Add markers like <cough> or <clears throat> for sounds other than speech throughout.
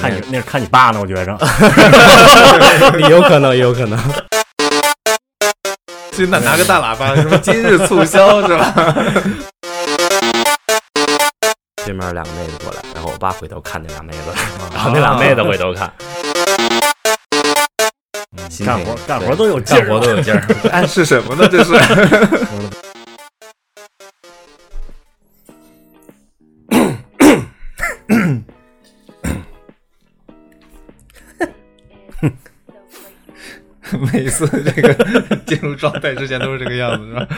那是看你爸呢，我觉 <laughs> 着。你 <laughs> 有可能，也有可能。就那拿个大喇叭，什么今日促销是吧？对面两个妹子过来，然后我爸回头看那俩妹子， <laughs> 然后那俩妹子回头看，心干平活干活都有劲儿，干活都有劲儿。 <laughs> 暗示什么呢？这是每次这个进入状态之前都是这个样子，是吧？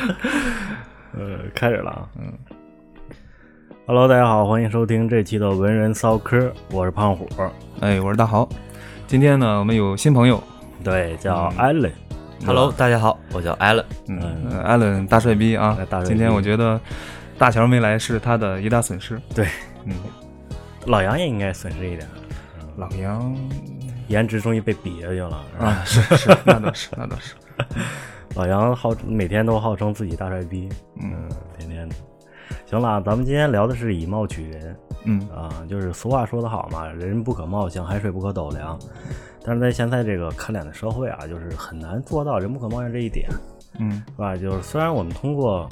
呃，开始了啊。嗯。Hello，大家好，欢迎收听这期的文人骚嗑，我是胖虎，哎，我是大豪，今天呢，我们有新朋友，对，叫艾伦。嗯 Hello，大家好，我叫艾伦。嗯，艾伦大帅逼啊哎大帅！逼今天我觉得大乔没来是他的一大损失。对，嗯， <laughs> 老杨也应该损失一点，老杨颜值终于被比下去了。嗯是吧啊，是是，那倒是那倒是，老杨号每天都号称自己大帅逼，嗯，天天的。行了，啊咱们今天聊的是以貌取人嗯啊，就是俗话说得好嘛，人不可貌相，海水不可斗量。但是在现在这个看脸的社会啊，就是很难做到人不可貌相这一点。嗯是吧？啊就是虽然我们通过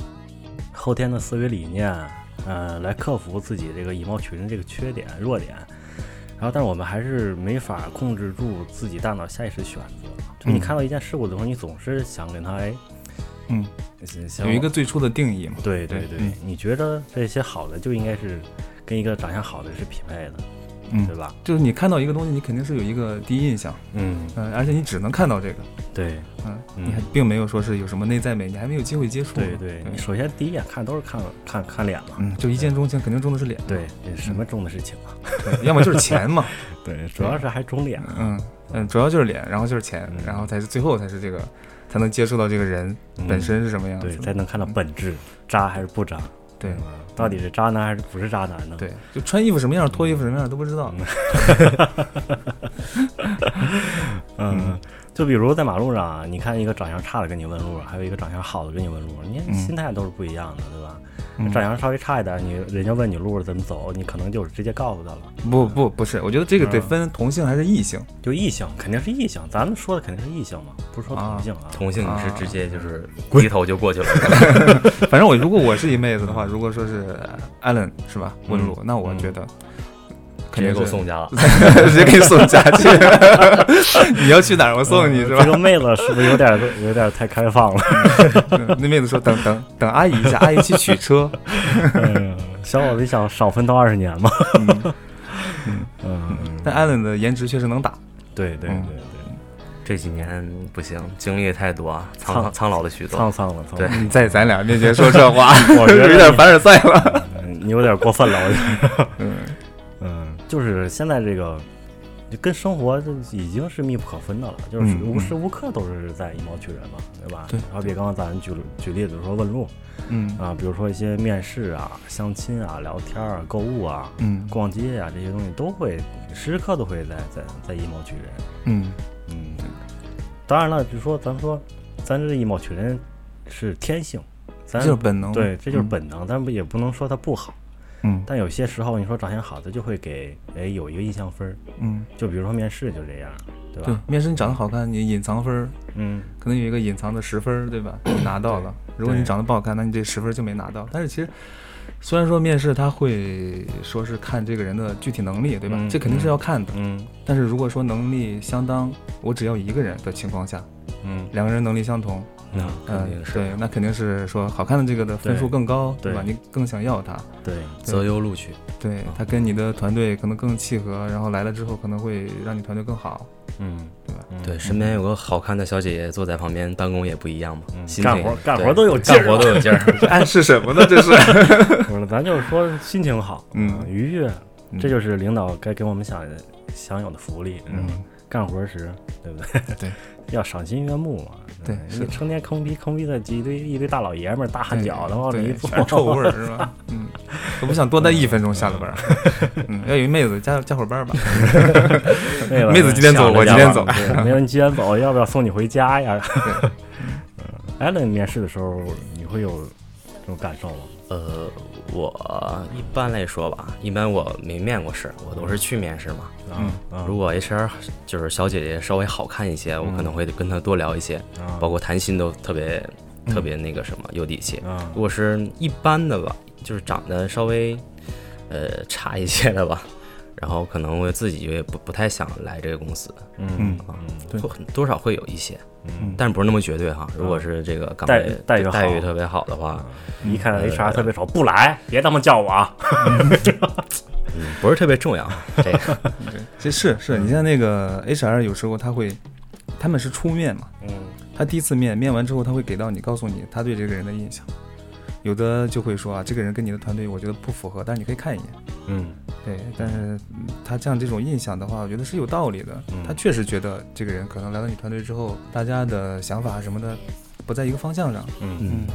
后天的思维理念，呃，来克服自己这个以貌取人这个缺点、弱点，然后，但是我们还是没法控制住自己大脑下意识的选择。就你看到一件事物的时候，你总是想跟他哎，嗯，想想有一个最初的定义嘛。对对对，嗯你觉得这些好的就应该是跟一个长相好的是匹配的，嗯对吧？就是你看到一个东西，你肯定是有一个第一印象，嗯，嗯，而且你只能看到这个，对嗯，嗯你还并没有说是有什么内在美，你还没有机会接触嘛。对对，你首先第一眼看都是看看看脸嘛，嗯，就一见钟情，肯定中的是脸，对，这什么重的事情啊？对要么就是钱 <laughs> 嘛，对，主要是还中脸，啊嗯嗯，主要就是脸，然后就是钱嗯，然后才是最后才是这个，才能接触到这个人嗯本身是什么样对，子。才能看到本质，渣还是不渣，对到底是渣男还是不是渣男呢？，对，就穿衣服什么样，脱衣服什么样都不知道。嗯，就比如在马路上啊，你看一个长相差的跟你问路，还有一个长相好的跟你问路，你看心态都是不一样的，对吧？长相稍微差一点，你人家问你路怎么走，你可能就是直接告诉他了。不不不是，我觉得这个得分同性还是异性。就异性肯定是异性，咱们说的肯定是异性嘛，不是说同性啊。同性你是直接就是啊低头就 <laughs> 过去了，反正我如果我是一妹子的话，如果说是艾伦是吧，问嗯路，那我觉得 <laughs> 直肯接定给我是送家了。直接给你送家去。 <laughs> 你要去哪儿，我送你是 <laughs> 吧这？个妹子是不是有点有点太开放 <laughs> 了？嗯那妹子说等等等阿姨一下，阿姨去取车。 <laughs> 嗯小伙子想少奋斗二十年嘛？嗯 <laughs> 但艾伦的颜值确实能打，对对嗯对对，这几年不行，经历太多啊，苍苍苍老了许多。沧桑了，沧桑对了。你在咱俩面前说这话， <laughs> 我觉得有点凡尔赛了。嗯你有点过分了，我觉得。 <laughs> 嗯嗯，就是现在这个跟生活就已经是密不可分的了，就是嗯无时无刻都是在以貌取人嘛，对吧？对然后比刚刚咱举举例子说问路嗯啊，比如说一些面试啊、相亲啊、聊天啊、购物啊、嗯逛街啊这些东西都会时时刻都会在在在以貌取人。嗯，嗯，当然了，就说咱们说咱这以貌取人是天性，咱这就是本能。对，这就是本能，咱不也不能说它不好。嗯但有些时候，你说长相好的就会给哎有一个印象分儿，嗯，就比如说面试就这样，对对吧？，面试你长得好看，你隐藏分儿嗯，可能有一个隐藏的十分儿，对吧？你拿到了。如果你长得不好看，那你这十分儿就没拿到。但是其实，虽然说面试他会说是看这个人的具体能力，对吧？嗯这肯定是要看的。嗯但是如果说能力相当，我只要一个人的情况下，嗯，两个人能力相同，那肯嗯定，是对，那肯定是说好看的这个的分数更高，对对吧？你更想要他，对，择优录取。对他跟你的团队可能更契合，然后来了之后可能会让你团队更好，嗯对吧？对，身边有个好看的小姐姐坐在旁边，办公也不一样嘛，嗯心情干活也干活对都有劲儿啊干活都有劲儿。这暗示什么呢？这 <laughs> 是，不是，咱就是说心情好，啊嗯愉悦，嗯这就是领导该给我们享享有的福利，嗯，干活时，对不对？ <laughs> 对，要赏心悦目嘛。对嗯是你成天坑逼坑逼的一堆一堆大老爷们儿大汗脚的往对里一对坐，全是臭味儿是 <laughs> 吧？嗯，我不想多待一分钟，下了班儿，嗯， <laughs> 要有一妹子加加会儿班儿 <laughs> 吧，对吧妹子今天走，我今天走， <laughs> 对，没人接走，要不要送你回家 <laughs> 嗯呀？艾伦面试的时候，你会有这种感受吗？呃，我一般来说吧，一般我没面过试，我都是去面试嘛。嗯啊如果 HR 就是小姐姐稍微好看一些，我可能会跟她多聊一些，啊包括谈心都特别嗯特别那个什么有底气。啊如果是一般的吧，就是长得稍微呃差一些的吧， <laughs> 然后可能会自己也不不太想来这个公司，嗯嗯啊对会多少会有一些，嗯但是不是那么绝对哈。如果是这个岗待位待遇待遇好特别呃好的话，一看 HR 特别丑，不来，别他妈叫我啊！嗯，不是特别重要。这个其实是是，你像那个 HR 有时候他会，他们是初面嘛，嗯他第一次面面完之后，他会给到你，告诉你他对这个人的印象。有的就会说啊，这个人跟你的团队我觉得不符合，但是你可以看一眼。嗯对，但是嗯他这样这种印象的话，我觉得是有道理的。嗯他确实觉得这个人可能来到你团队之后，大家的想法什么的不在一个方向上。嗯嗯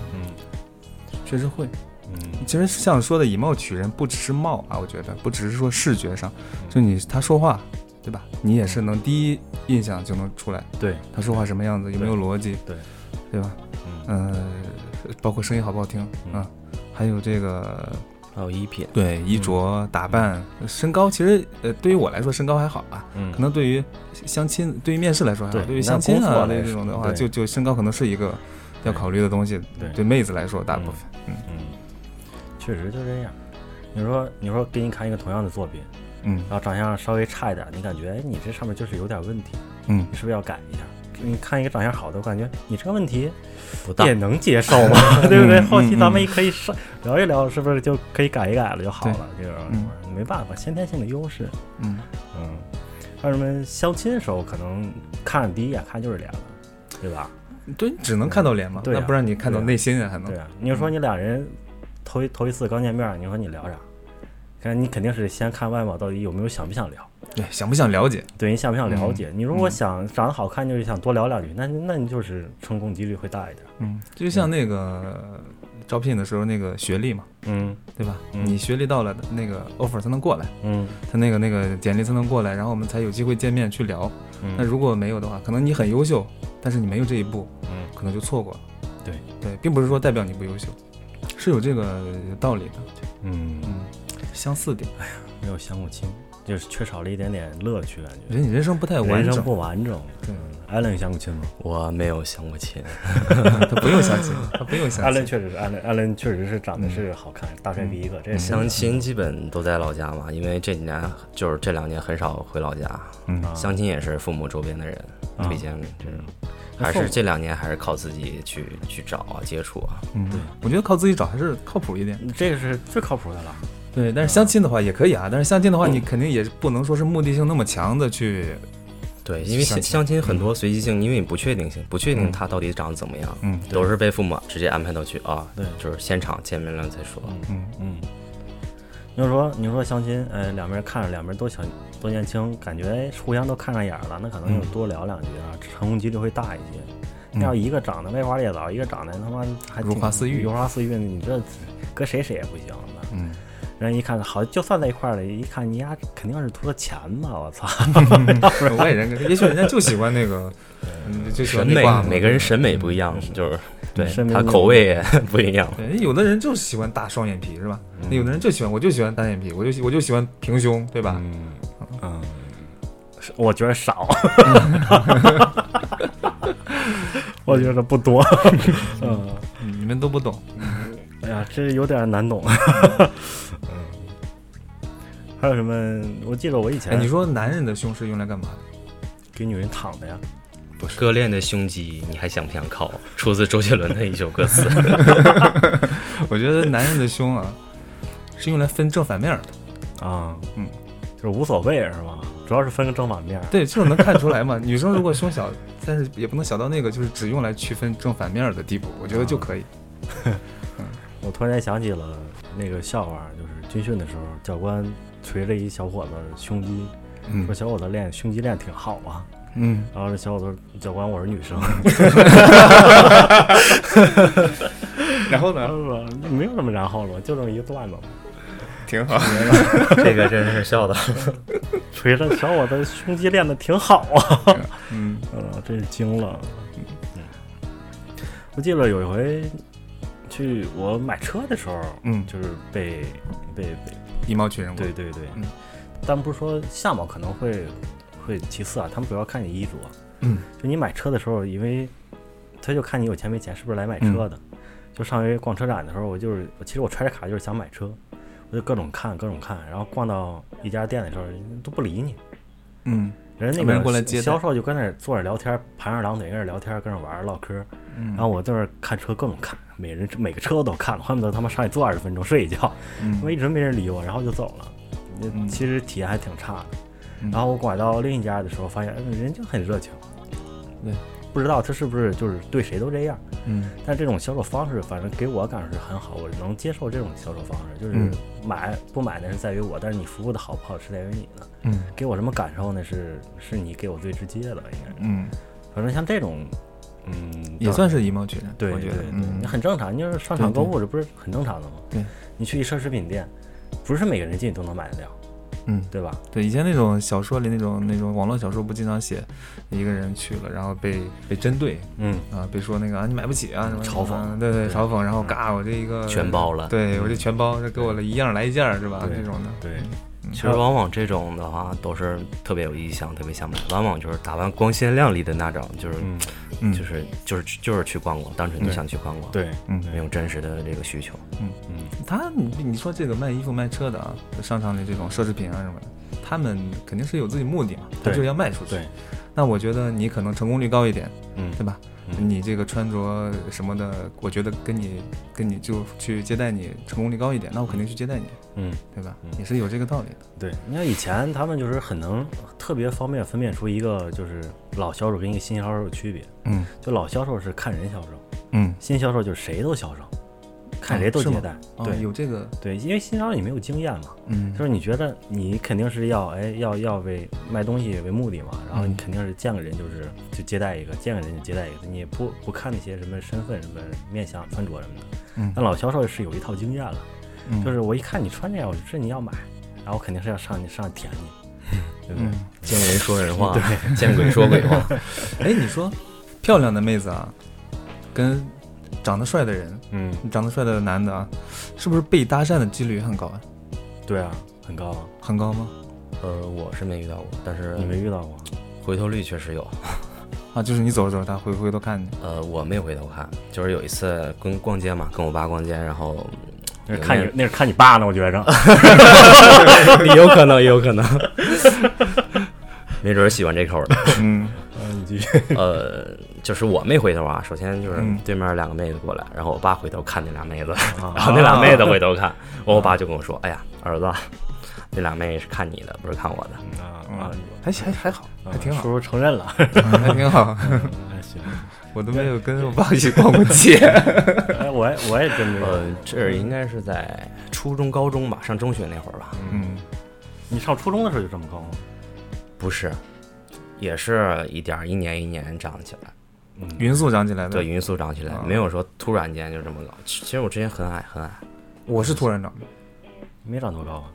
确实会。嗯其实像说的以貌取人，不只是貌啊，我觉得不只是说视觉上，嗯就你他说话，对吧？你也是能第一印象就能出来，对，他说话什么样子，有没有逻辑，对，对吧？嗯呃，包括声音好不好听嗯啊，还有这个还有衣品，对衣着打扮、身高，其实呃，对于我来说身高还好啊，嗯，可能对于相亲，对于面试来说还好，对对于那相亲工作啊来对于这说种的话，对就就身高可能是一个要考虑的东西，对对妹子来说大部分，嗯，确实就这样。你说你说给你看一个同样的作品，嗯然后长相稍微差一点，你感觉哎你这上面就是有点问题，嗯你是不是要改一下？你看一个长相好的，我感觉你这个问题不大也能接受嘛，对不对？嗯后期嗯咱们也可以上聊一聊，是不是就可以改一改了就好了？这个嗯没办法，先天性的优势。嗯。嗯，还有什么相亲的时候，可能看第一眼看就是脸了，对吧？对，只能看到脸嘛，对啊那不然你看到内心啊，还能对啊，你就说你俩人头一头一次刚见面，你说你聊啥？看你肯定是先看外貌到底有没有想不想聊，对想不想了解？对你想不想了解？你如果想长得好看，就是想多聊两句，那那你就是成功几率会大一点。嗯，就像那个招聘的时候那个学历嘛，嗯对吧？嗯你学历到了，那个 offer 才能过来，嗯他那个那个简历才能过来，然后我们才有机会见面去聊。那嗯如果没有的话，可能你很优秀，但是你没有这一步，嗯，可能就错过了。对对，并不是说代表你不优秀，是有这个道理的。嗯，嗯，相似点，没有相过亲，就是缺少了一点点乐趣，感我觉觉得你人生不太完人整生，不完整。对，艾伦相过亲吗？我没有相过亲， <laughs> 他不用相亲，他不用艾相伦确亲。实是艾伦，艾伦确实是长得是好嗯看，大帅逼一个。这是相亲基本都在老家嘛，因为这几年就是这两年很少回老家，嗯啊相亲也是父母周边的人啊推荐的，这种嗯那还父是母这两年还是靠自己去去找啊接触啊，嗯，我觉得靠自己找还是靠谱一点。这个是最靠谱的了。对，但是相亲的话也可以啊，但是相亲的话，你肯定也不能说是目的性那么强的去，对，因为相相亲相亲嗯很多随机性，因为你不确定性，不确定他到底长得怎么样，嗯都是被父母直接安排到去啊，对就是现场见面了再说。嗯，嗯，你就说你说相亲，呃，两边看着两边都小都年轻，感觉哎互相都看上眼儿了，那可能就多聊两句嗯啊，成功几率会大一些。那要一个长得歪瓜裂枣，一个长得他妈还挺如花似玉如花似玉，你这搁谁谁也不行了。嗯，人一看好，就算在一块儿了，一看你丫肯定是图个钱吧，我操！外人也许人家就喜欢那个，嗯就喜审欢那美挂嘛每个人审美不一嗯样，就是对审美他不一口样味也 <laughs> 不一样。对，有的人就喜欢大双眼皮是吧？那有的人就喜欢，我就喜欢单眼皮，我就喜我就喜欢平胸，对吧？嗯嗯，是我觉得少，我觉得不多。嗯，你们都不懂，哎呀，这有点难懂。嗯，嗯 <laughs> 还有什么？我记得我以哎，前你说男人的胸是用来干嘛的？给女人躺的呀，割裂的胸肌，你还想不想靠？出自周杰伦的一首歌 <laughs> 词。 <laughs> 我觉得男人的胸啊， <laughs> 是用来分正反面的。啊，嗯，就是无所谓是吧？主要是分个正反面。对，这种能看出来 <laughs> 嘛？女生如果胸小，但是也不能小到那个就是只用来区分正反面的地步，我觉得就可以。我突然间想起了那个笑话，就是军训的时候，教官捶着一小伙子胸肌，嗯说小伙子练胸肌练挺好啊。嗯，然后这小伙子说教官我是女生，然后然呢，后说没有什么然后了，就这么一个段子嘛，挺好。这个真是笑的，捶着小伙子胸肌练的挺好啊。 <laughs> <laughs> 嗯嗯，真是惊了。我记得有一回去我买车的时候，嗯，就是被被被以貌取人过对，对对，嗯但不是说相貌可能会会其次啊，他们主要看你衣着。嗯，就你买车的时候，因为他就看你有钱没钱，是不是来买嗯车的。就上回逛车展的时候，我就是其实我揣着卡就是想买车，我就各种看各种看，然后逛到一家店的时候，人家都不理你，嗯人家那没个人过来接待销售就跟那儿坐着聊天，盘着两腿跟那儿聊天，跟那儿玩儿唠嗑儿。嗯，然后我在那儿看车各种看，每人每个车我都看了，恨不得他妈上去坐二十分钟睡一觉。嗯因为一直没人理我，然后就走了。嗯那其实体验还挺差的。嗯然后我拐到另一家的时候，发现嗯人家很热情。对，不知道他是不是就是对谁都这样，嗯但这种销售方式，反正给我感受是很好，我能接受这种销售方式。就是嗯买不买那是在于我，但是你服务的好不好是在于你的。嗯给我什么感受呢？是是你给我最直接的，应该是。嗯，反正像这种，嗯，也倒算是以貌取人，对我对觉对得，，嗯你很正常，你就是商场对对购物，这不是很正常的吗？对，你去一奢侈品店，不是每个人进去都能买得了，嗯。对吧？对，以前那种小说里那种那种网络小说不经常写，一个人去了，然后被被针对嗯，啊，被说那个啊你买不起啊什么嘲讽啊对对对嘲讽，然后嘎我这一个 <laughs> 全，包了。对我这全包，这给我了一样来一件儿是吧？对这种的，对，其实往往这种的话都是特别有意向，特别想买，往往就是打扮光鲜亮丽的那种，就是、嗯，嗯就是就是就是去逛逛，单纯就对想去逛逛，，对，嗯，没有真实的这个需求。嗯，他你你说这个卖衣服卖车的啊，商场里这种奢侈品啊什么的，他们肯定是有自己目的嘛，他对就是要卖出去。对，那我觉得你可能成功率高一点，嗯对吧？嗯你这个穿着什么的，我觉得跟你跟你就去接待你成功率高一点，那我肯定去接待你，嗯，对吧？嗯也是有这个道理的。对。你看以前他们就是很能特别方便分辨出一个就是老销售跟一个新销售的区别，嗯就老销售是看人销售，嗯，新销售就是谁都销售，看啊谁都是接吗待。哦对有这个，对，因为新销售你没有经验嘛，嗯就是你觉得你肯定是要哎要要为卖东西为目的嘛，然后你嗯肯定是见个人就是就接待一个，见个人就接待一个，你也不不看那些什么身份、什么面相、穿着什么的。嗯但老销售是有一套经验了，嗯就是我一看你穿这样，我就知道你要买，然后肯定是要上去上去舔你， <laughs> 对不对？嗯，见人说人话，见鬼说鬼 <laughs> 话。哎，你说漂亮的妹子啊，跟长得帅的人，嗯，长得帅的男的啊，是不是被搭讪的几率很高啊？对啊，很高啊，很高吗？呃，我是没遇到过，但是你没遇到过？回头率确实有。啊，就是你走着走着，他回回头看你，呃，我没有回头看，就是有一次跟逛街嘛，跟我爸逛街，然后那嗯是有看那你那是看你爸呢，我 <laughs> 觉着。也 <laughs> 有可能，也有可能。 <laughs> 没准儿喜欢这口的。 <laughs> 嗯嗯，你继续。呃，就是我没回头啊，首先就是嗯对面两个妹子过来，然后我爸回头看那俩妹子，啊然后那俩妹子回头看，我我爸就跟我说：“哎呀，儿子，那俩妹是看你的，不是看我的。啊啊，还还还好，啊！还挺好叔，叔承认了， <laughs> 还挺好， <laughs> 还行。我都没有跟我爸一起逛过街。哎，我也我也真嗯没有。呃，这应该是在初中、高中吧，上中学那会儿吧？ <laughs> <laughs> 嗯你上初中的时候就这么高吗？不是，也是一点儿一年一年长起来，嗯，匀速长起来的，对，，匀速长起来啊，没有说突然间就这么高。其其实我之前很矮，很矮，我是突然长的。没长多高啊。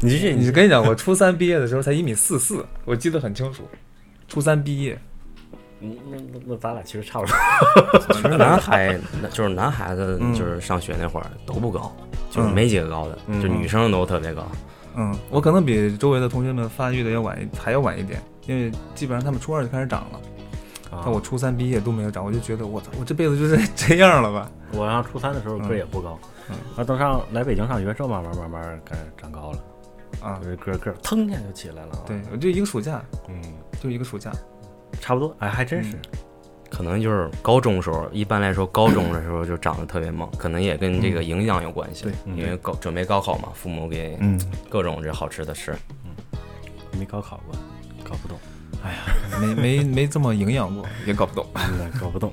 你继续， <laughs> 你你跟你讲，我初三毕业的时候才一米四四，我记得很清楚。初三毕业，你嗯那那那咱俩其实差不多。其实男孩，那 <laughs> 就是男孩子嗯，就是上学那会儿都不高，就是嗯没几个高的，嗯就女生都特别高。嗯，我可能比周围的同学们发育的要晚一，还要晚一点，因为基本上他们初二就开始长了，啊但我初三毕业都没有长，我就觉得我操，我这辈子就是 <laughs> 这样了吧？ <laughs> 我上初三的时候个儿也不高嗯，啊，等上来北京上学之后，慢慢慢慢开始长高了，啊就，是个儿个儿腾一下就起来了。啊对，，我就一个暑假，嗯，就一个暑假，差不多。哎，还真嗯是。可能就是高中时候，一般来说高中的时候就长得特别猛，可能也跟这个营养有关系。对嗯因为高准备高考嘛，父母给嗯，各种这好吃的吃。没高考过，搞不 <laughs> 懂，没没 <laughs> 没这么营养过，也搞不 <laughs> 懂。真嗯的搞不懂。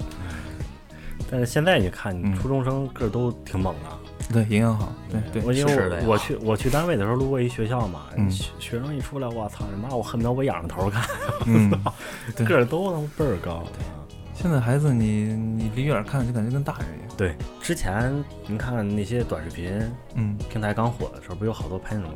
<laughs> 但是现在你看，嗯初中生个儿都挺猛的啊。对，营养好，对对，我因是为的呀我我去我去单位的时候路过一学校嘛，嗯学学生一出来，我操你妈！我恨不得我仰着头看，嗯，对个儿都能倍儿高。啊现在孩子你你离远看就感觉跟大人一样，对，之前您看那些短视频嗯平台刚火的时候，不有好多拍那种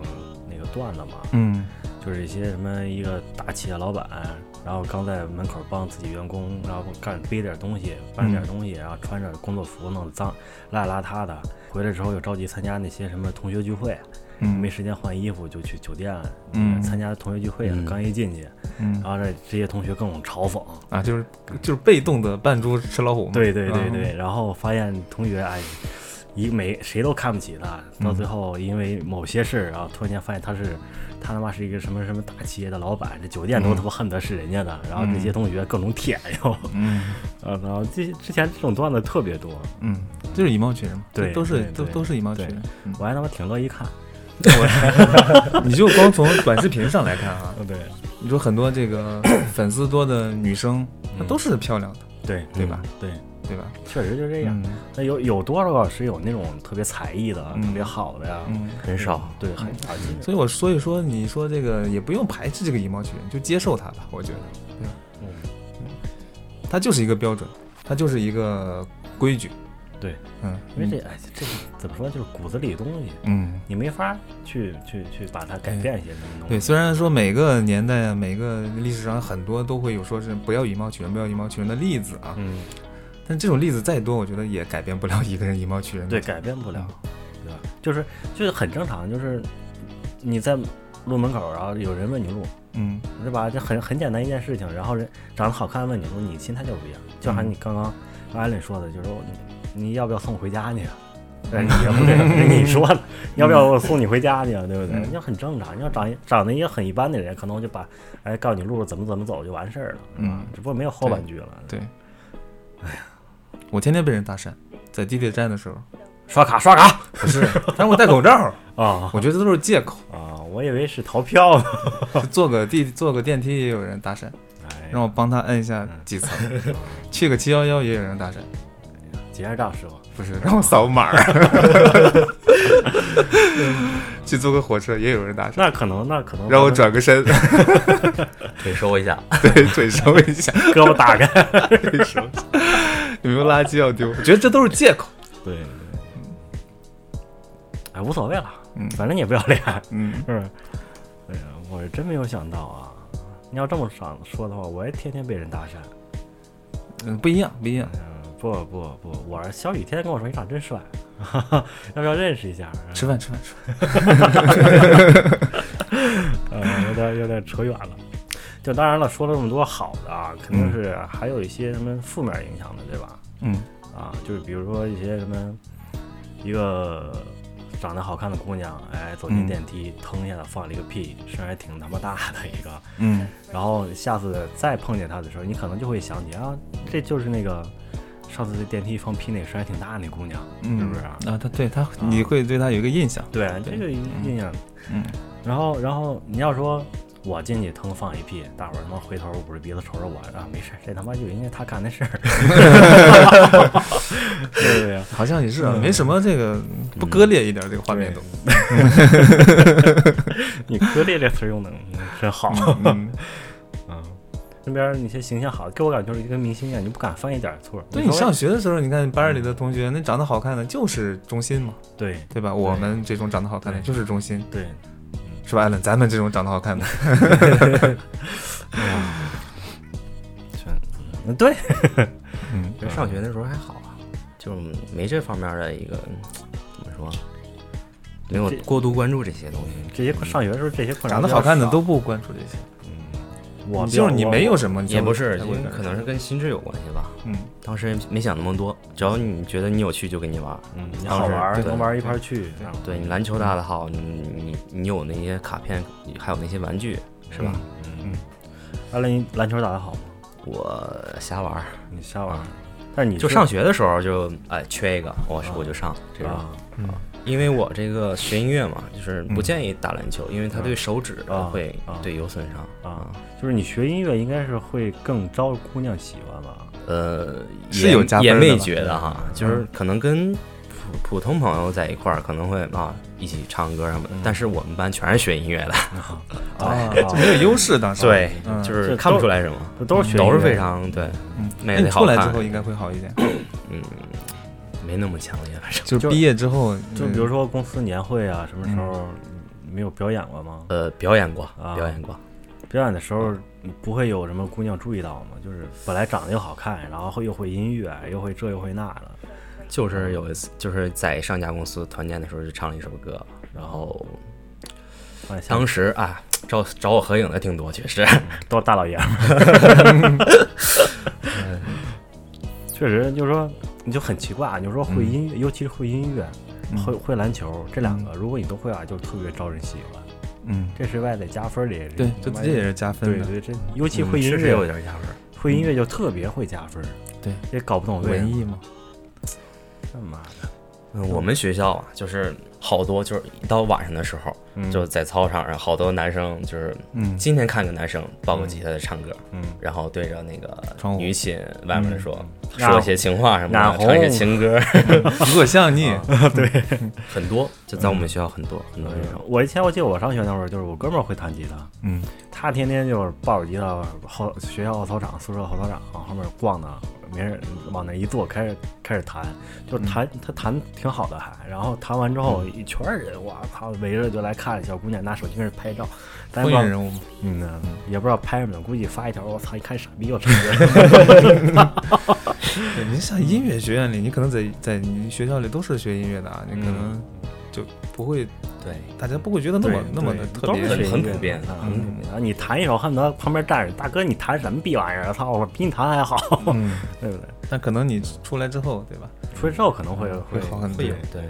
那个段子嘛，嗯就是一些什么一个大企业老板，然然后刚在门口帮自己员工，然后干背点东西，搬点东西，然后穿着工作服弄得脏邋里邋遢的，回来之后又着急参加那些什么同学聚会， <laughs> 嗯，没时间换衣服就去酒店，嗯参加同学聚会，嗯刚一进去，嗯然后这这些同学各种嘲讽，啊，就是就是被动的扮猪吃老虎嘛，对对对嗯对，然后发现同学哎，一每谁都看不起他，嗯到最后因为某些事儿，然后突然间发现他是他他妈是一个什么什么大企业的老板，这酒店都他妈恨得是人家的，然后这些同学各种舔哟，嗯 <laughs> 啊，然后这之前这种段子特别多，嗯，就是以貌取人嘛，对都是对都对都是以貌取对人。 <laughs> 嗯我还他妈挺乐意看， <laughs> 你就光从短视频上来看啊，对你说很多这个 <coughs> 粉丝多的女生，嗯她都是漂亮的，对对吧？对，对吧？确实就这样。嗯那有有多少个是有那种特别才艺的、嗯特别好的呀？嗯，很少。对，很少见。所以我所以说，你说这个也不用排斥这个以貌取人，就接受它吧，我觉得，对吧？嗯它就是一个标准，它就是一个规矩，对，嗯，因为这哎，这怎么说就是骨子里的东西。嗯。你没法去去去把它改变一些什么东对，西。虽然说每个年代啊，每个历史上很多都会有说是不要以貌取人，不要以貌取人的例子啊，嗯，但这种例子再多，我觉得也改变不了一个人以貌取人的对，改变不了，嗯对吧？就是就是很正常，就是你在路门口，然后有人问你路，嗯对吧？这很很简单一件事情，然后人长得好看问你路，你心态就不一样。就像你刚刚安磊说的，就是我你你要不要送我回家去啊？嗯但是你也不对，是你说 <laughs> 的，你要不要我送你回家去啊？对不对？嗯你要很正常，你要长长得也很一般的人，可能就把哎告诉你路怎么怎么走就完事儿了，是吧嗯只不过没有后半句了。对，哎呀，我天天被人搭讪，在地铁站的时候，刷卡刷卡 <laughs> 不是，但是我戴口罩，啊我觉得这都是 <laughs> 借口。啊！我以为是逃票呢。坐个地坐个电梯也有人搭讪，哎，嗯让我帮他摁一下几层， <laughs> 去个七幺幺也有人搭讪，结业大师傅，不是让我 <laughs> 扫码， <laughs> 去坐个火车也有人搭讪，那可能那可能让我转个身，腿收一下，对，腿收一下，胳膊打开。腿收一下， <laughs> 有没有垃圾要丢？我觉得这都是借口。 <laughs> 对对，哎，无所谓了，嗯反正也不要脸，嗯， <laughs> 是不是？哎呀，我是真没有想到啊！你要这么想说的话，我也天天被人搭讪。嗯不一样，不一样。嗯，不不不，我是小雨天天跟我说你长真帅， <laughs> 哈哈，要不要认识一下？吃饭，吃饭，吃饭。呃，有点有点扯远了。就当然了，说了这么多好的啊，肯定是还有一些什么负面影响的，对吧？嗯啊，就是比如说一些什么，一个长得好看的姑娘，哎，走进嗯电梯，腾一下子放了一个屁，声儿还挺他妈大的一个。嗯然后下次再碰见她的时候，你可能就会想起啊，这就是那个上次在电梯放屁那个声儿还挺大的那姑娘，嗯，是不是啊？啊，他对他，你会对他有一个印象。对，对这个印象。嗯然后，然后你要说。我进去腾放一屁，大伙儿他妈回头捂着鼻子瞅着我啊，没事儿，这他妈就人家他干的事儿，对不对？好像也是啊，没什么这个不嗯割裂一点这个画面都。 <laughs> 你“割裂”这词儿用的真好。嗯，嗯，那边儿那些形象好的，给我感觉就是一个明星一样，你不敢犯一点儿错儿。 <laughs> 对你你说上学的时候，你看班里的同学，那长得好看的就是中心嘛，对对吧？我们这种长得好看的就是中心，对，是吧？艾伦，咱们这种长得好看的，嗯对，嗯其实上学那时候还好啊，就没这方面的一个怎么说，没有这过度关注这些东西。这些上学的时候这些困扰长得比较好看的少都不关注这些，我比较就是你没有什么，也不是，才因会为关注可能是跟心智有关系吧。嗯，当时没想那么多，只要你觉得你有趣就跟你玩儿。嗯当时好玩儿，对能玩儿一块儿去，啊这样对你篮球打得好，你你你有那些卡片，还有那些玩具，是吧？嗯，阿林篮球打得好吗？我瞎玩儿，你瞎玩儿，但是你就是上学的时候就哎缺一个，我是我就上这种。啊，因为我这个学音乐嘛，就是不建议打篮球，因为它对手指啊会啊对有损伤。啊，就是你学音乐应该是会更招姑娘喜欢吧？呃，是也有加分也的没吧觉得哈，就是可能跟普普通朋友在一块儿可能会啊一起唱歌什么的，但是我们班全是学音乐的，啊，哎就没有优势当时。哦对，<laughs> 嗯就这是看不都出来什么，这都是学都是音乐非常对，嗯，没那你得好出来看之后应该会 <laughs> 好一点，没那么强烈， <laughs> 反正就是就毕业之后，就比如说嗯公司年会啊，什么时候没有表演过吗？呃表演过啊，表演过，表演的时候不会有什么姑娘注意到吗？就是本来长得又好看，然后又会音乐，又会这又会那的，就是有一次，就是在上家公司团建的时候，就唱了一首歌，然后放在下面当时啊，找找我合影的挺多，<laughs> 确实，都是大老爷们儿。 <laughs> 确实，就是说你就很奇怪，啊你就说会音乐，尤其是会音乐，嗯会会篮球这两个，如果你都会啊，就特别招人喜欢。嗯，这是外在加分儿的也是，对，这这也是加分对的。对，这尤其会嗯音确实乐有，点压分儿。会音乐就特别会加分儿。嗯对，也搞不懂为什文么艺嘛，这么的。嗯，我们学校啊，就是好多，就是一到晚上的时候，嗯就在操场上，好多男生就是嗯， <laughs> 今天看个男生抱个吉他在唱歌，嗯，哦然后对着那个窗户女寝外面的说、嗯说一些情话什么染的，红唱一些 <laughs> 情歌， <laughs> 如果像 <laughs> 你，哦 <laughs> 很多就在我嗯们学校很多、很多这种。我以前我记得我上学那会儿，就是我哥们儿会弹吉他，嗯他天天就是抱着吉他后学校后操场、宿舍后操场往后面逛呢，没人往那一坐，开始开始弹，就弹、嗯他弹挺好的还，然后弹完之后一圈儿人哇操围着就来看，小姑娘拿手机开始拍照，咱风也不知道云人物嘛，嗯呢也不知道拍什么，估计发一条我操一看傻逼又唱歌，对你像音乐学院里，你可能在在你学校里都是学音乐的啊，你可能嗯就不会，对，大家不会 <laughs> 觉得那么那么的特别都是。很很普遍啊很普。嗯然后你弹一首，恨不得旁边站着大哥，你弹什么逼玩意儿？操，我比你弹还好，嗯， <laughs> 对不对？但可能你出来之后，对吧，出去之后可能会嗯会好很多会。有对，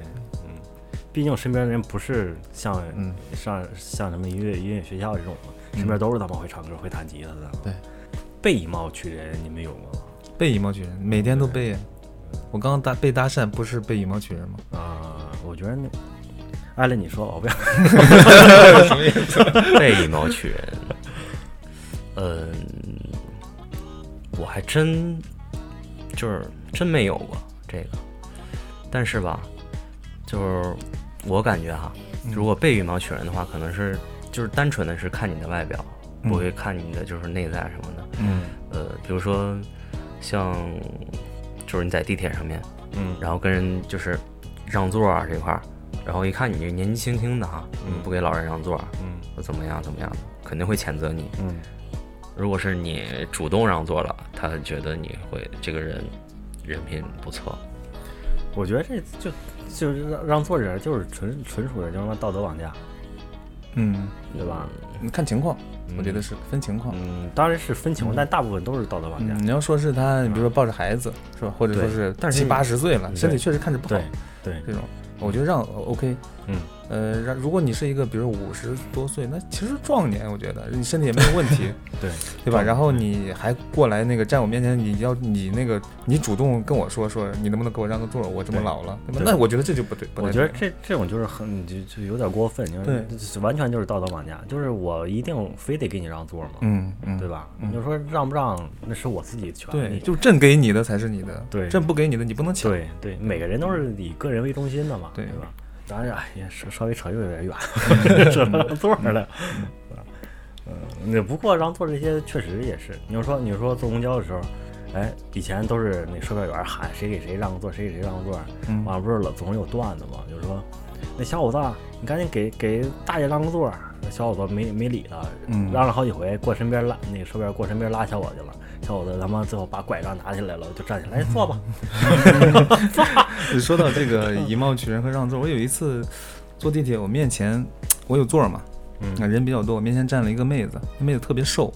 毕竟身边的人不是像嗯上像什么音乐音乐学校这种，身边都是他们会唱歌、会弹吉他的。对，被以貌取人，你们有过吗？背以貌取人，每天都背。我刚刚搭被搭讪，不是被以貌取人吗？啊，我觉得那，艾伦，你说吧，我不要。被以貌取人。 <laughs> 嗯，我还真就是真没有过这个，但是吧，就是我感觉哈，如果被以貌取人的话，可能是就是单纯的是看你的外表，嗯不会看你的就是内在什么的。嗯呃，比如说像就是你在地铁上面，嗯然后跟人就是让座啊这块儿，然后一看你这年纪轻轻的哈，嗯不给老人让座啊，嗯怎么样怎么样，肯定会谴责你。嗯如果是你主动让座了，他觉得你会这个人人品不错，我觉得这就就是让让作者就是纯纯属的就是什么道德绑架，嗯，对吧？你看情况，嗯我觉得是分情况。嗯，当然是分情况，但大部分都是道德绑架。嗯，你要说是他，你比如说抱着孩子是吧，或者说对是但是七你八十岁了，身体对确实看着不好对，对，这种，我觉得让 OK。嗯，呃，让如果你是一个比如五十多岁，那其实壮年，我觉得你身体也没有问题， <laughs> 对对吧？然后你还过来那个站我面前，你要你那个你主动跟我说说，你能不能给我让个座儿？我这么对老了，对吧对那我觉得这就不对，不我太觉得对这这种就是很就就有点过分，就对是就是完全就是道德绑架，就是我一定非得给你让座嘛，嗯嗯，对吧？吧？嗯你就说让不让那是我自己的权对，利，就朕给你的才是你的，对朕不给你的你不能抢。对对，每个人都是以个人为中心的嘛，对对吧？当然，哎呀，稍稍微扯又有点 <laughs> 远，扯到让座儿了。 <laughs> 嗯，那不过让座这些确实也是，你要说你说坐公交的时候，哎，以前都是那售票员喊谁给谁让个座，谁给谁让个座，嗯网上不是老总是有段子嘛，就是说那小伙子，啊你赶紧给给大爷让个座儿。那小伙子没没理他，嗯嚷了好几回，过身边拉那个售票员过身边拉小伙子去了，小伙子他妈最后把拐杖拿起来了，就站起来、哎坐吧。 <laughs> 说到这个以貌取人和让座，我有一次坐地铁，我面前我有座儿嘛，那人比较多，我面前站了一个妹子，那妹子特别瘦，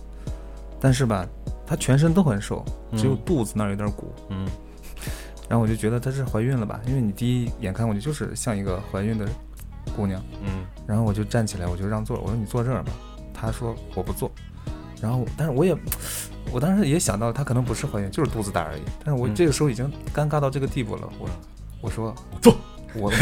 但是吧，她全身都很瘦，只有肚子那儿有点鼓。嗯然后我就觉得她是怀孕了吧，因为你第一眼看过去就是像一个怀孕的姑娘。嗯然后我就站起来，我就让座，我说你坐这儿吧。她说我不坐。然后，但是我也，我当时也想到她可能不是怀孕，就是肚子大而已。但是我嗯这个时候已经尴尬到这个地步了，我我说坐，我 <laughs>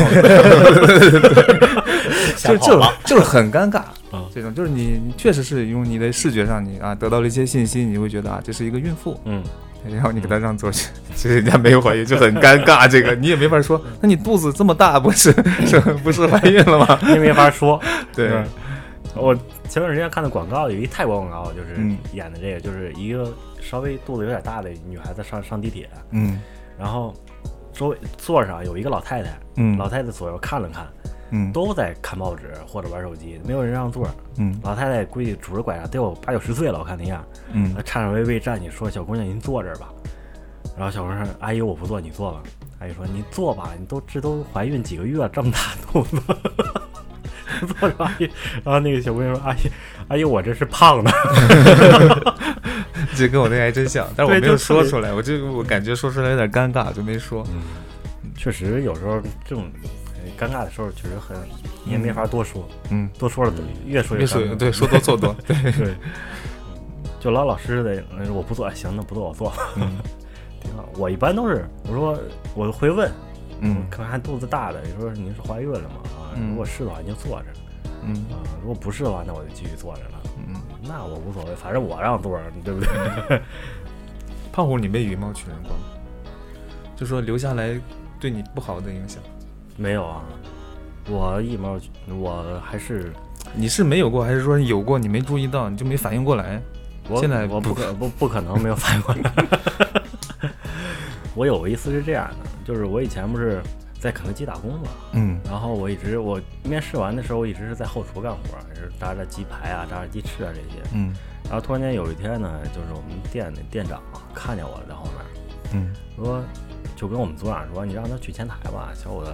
跑就就是就是很尴尬啊这种就是你你确实是用你的视觉上你啊得到了一些信息，你会觉得啊这是一个孕妇，嗯，然后你给她让座去， <laughs> 其实人家没有怀孕，就很尴尬。这个你 <laughs> 也没法说，那你肚子这么大，不是 <laughs> 是不是怀孕了吗？ <laughs> 你没法说。 <laughs> 对嗯， <laughs> 我前段时间看的广告，有一泰国广告，就是嗯演的这个，就是一个稍微肚子有点大的女孩子上上地铁，嗯然后周围座上有一个老太太，嗯老太太左右看了看，嗯都在看报纸或者玩手机，没有人让座。嗯老太太估计拄着拐杖得有八九十岁了，我看那样，嗯她颤颤巍巍站起说：“小姑娘，您坐这儿吧。”然后小姑娘说：“阿姨，我不坐，你坐吧。”阿姨说：“你坐吧，你都这都怀孕几个月了，这么大肚子。” <laughs> 坐着阿姨，然后那个小姑娘说：“阿姨，阿姨，我这是胖的。 <laughs> 这跟我那还真像，但是我嗯对没就有特说别出来，我这我感觉说出来有点尴尬，就没说。”确实，有时候这种呃尴尬的时候，确实很，你也没法多说，嗯，多说了越说别尴说尬。对，说多做多，对，对，就老老实实的，嗯我不做，行，那不做我做，嗯 <laughs> 挺好。我一般都是，我说我会问，嗯看看肚子大的，你说您是怀孕了吗？啊，嗯如果是的话，您就坐着嗯啊；如果不是的话，那我就继续坐着了。嗯。那我无所谓，反正我让座，对不 <laughs> 对？胖虎，你被羽毛取人过吗？就说留下来对你不好的影响，没有啊，我一毛，我还是你是没有过，还是说有过你没注意到，你就没反应过来？我现在我不不 <laughs> 可不不可能没有反应过来。 <laughs> 我有一次是这样的，就是我以前不是在肯德基打工嘛，嗯然后我一直我面试完的时候，我一直是在后厨干活，就是炸炸鸡排啊、炸炸鸡翅啊这些。嗯然后突然间有一天呢，就是我们店的店长啊看见我了在后面，嗯，说就跟我们组长说，你让他去前台吧，小伙子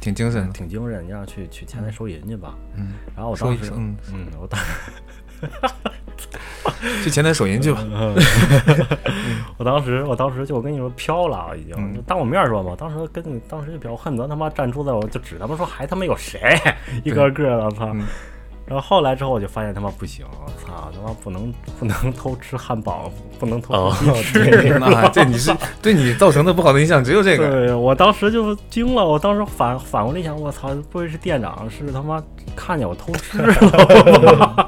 挺精神的，挺精神，你让他去去前台收银去吧。嗯，然后我收当银时，嗯嗯，我 <laughs> 当去前台手淫去吧。我当时我当时就我跟你说飘了啊，已经、嗯就当我面说嘛，当时跟你当时就表恨得他妈站出在我就指他们说还他妈有谁一个个的，我操！ <laughs> 嗯然后后来之后我就发现他妈不行，我操他妈不能不能偷吃汉堡，不能偷吃鸡翅。 <laughs> 那这你是对你造成的不好的影响只有这个。对，我当时就惊了，我当时反反过来一想，我操，不会是店长是他妈看见我偷吃了？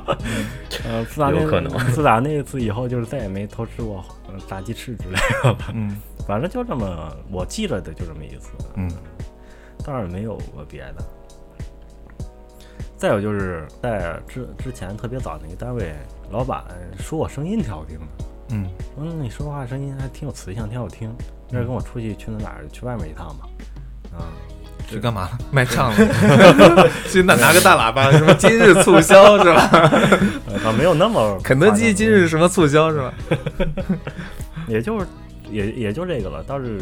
<laughs> 呃，自打那有可能自打那次以后，就是再也没偷吃过呃炸鸡翅之类的了。嗯反正就这么，我记着的就这么一次，嗯倒是没有过别的。再有就是在之之前特别早那个单位，老板说我声音挺好听的，嗯说你说话声音还挺有磁性，挺好听。那跟我出去去那哪儿去外面一趟吧，啊、去干嘛了？卖唱了？ <laughs> 去那拿个大喇叭，什 <laughs> 么今日促销是吧？呃倒没有那么 <laughs> 肯德夸基张嗯今日什么促销是吧？也就是也也就这个了，倒是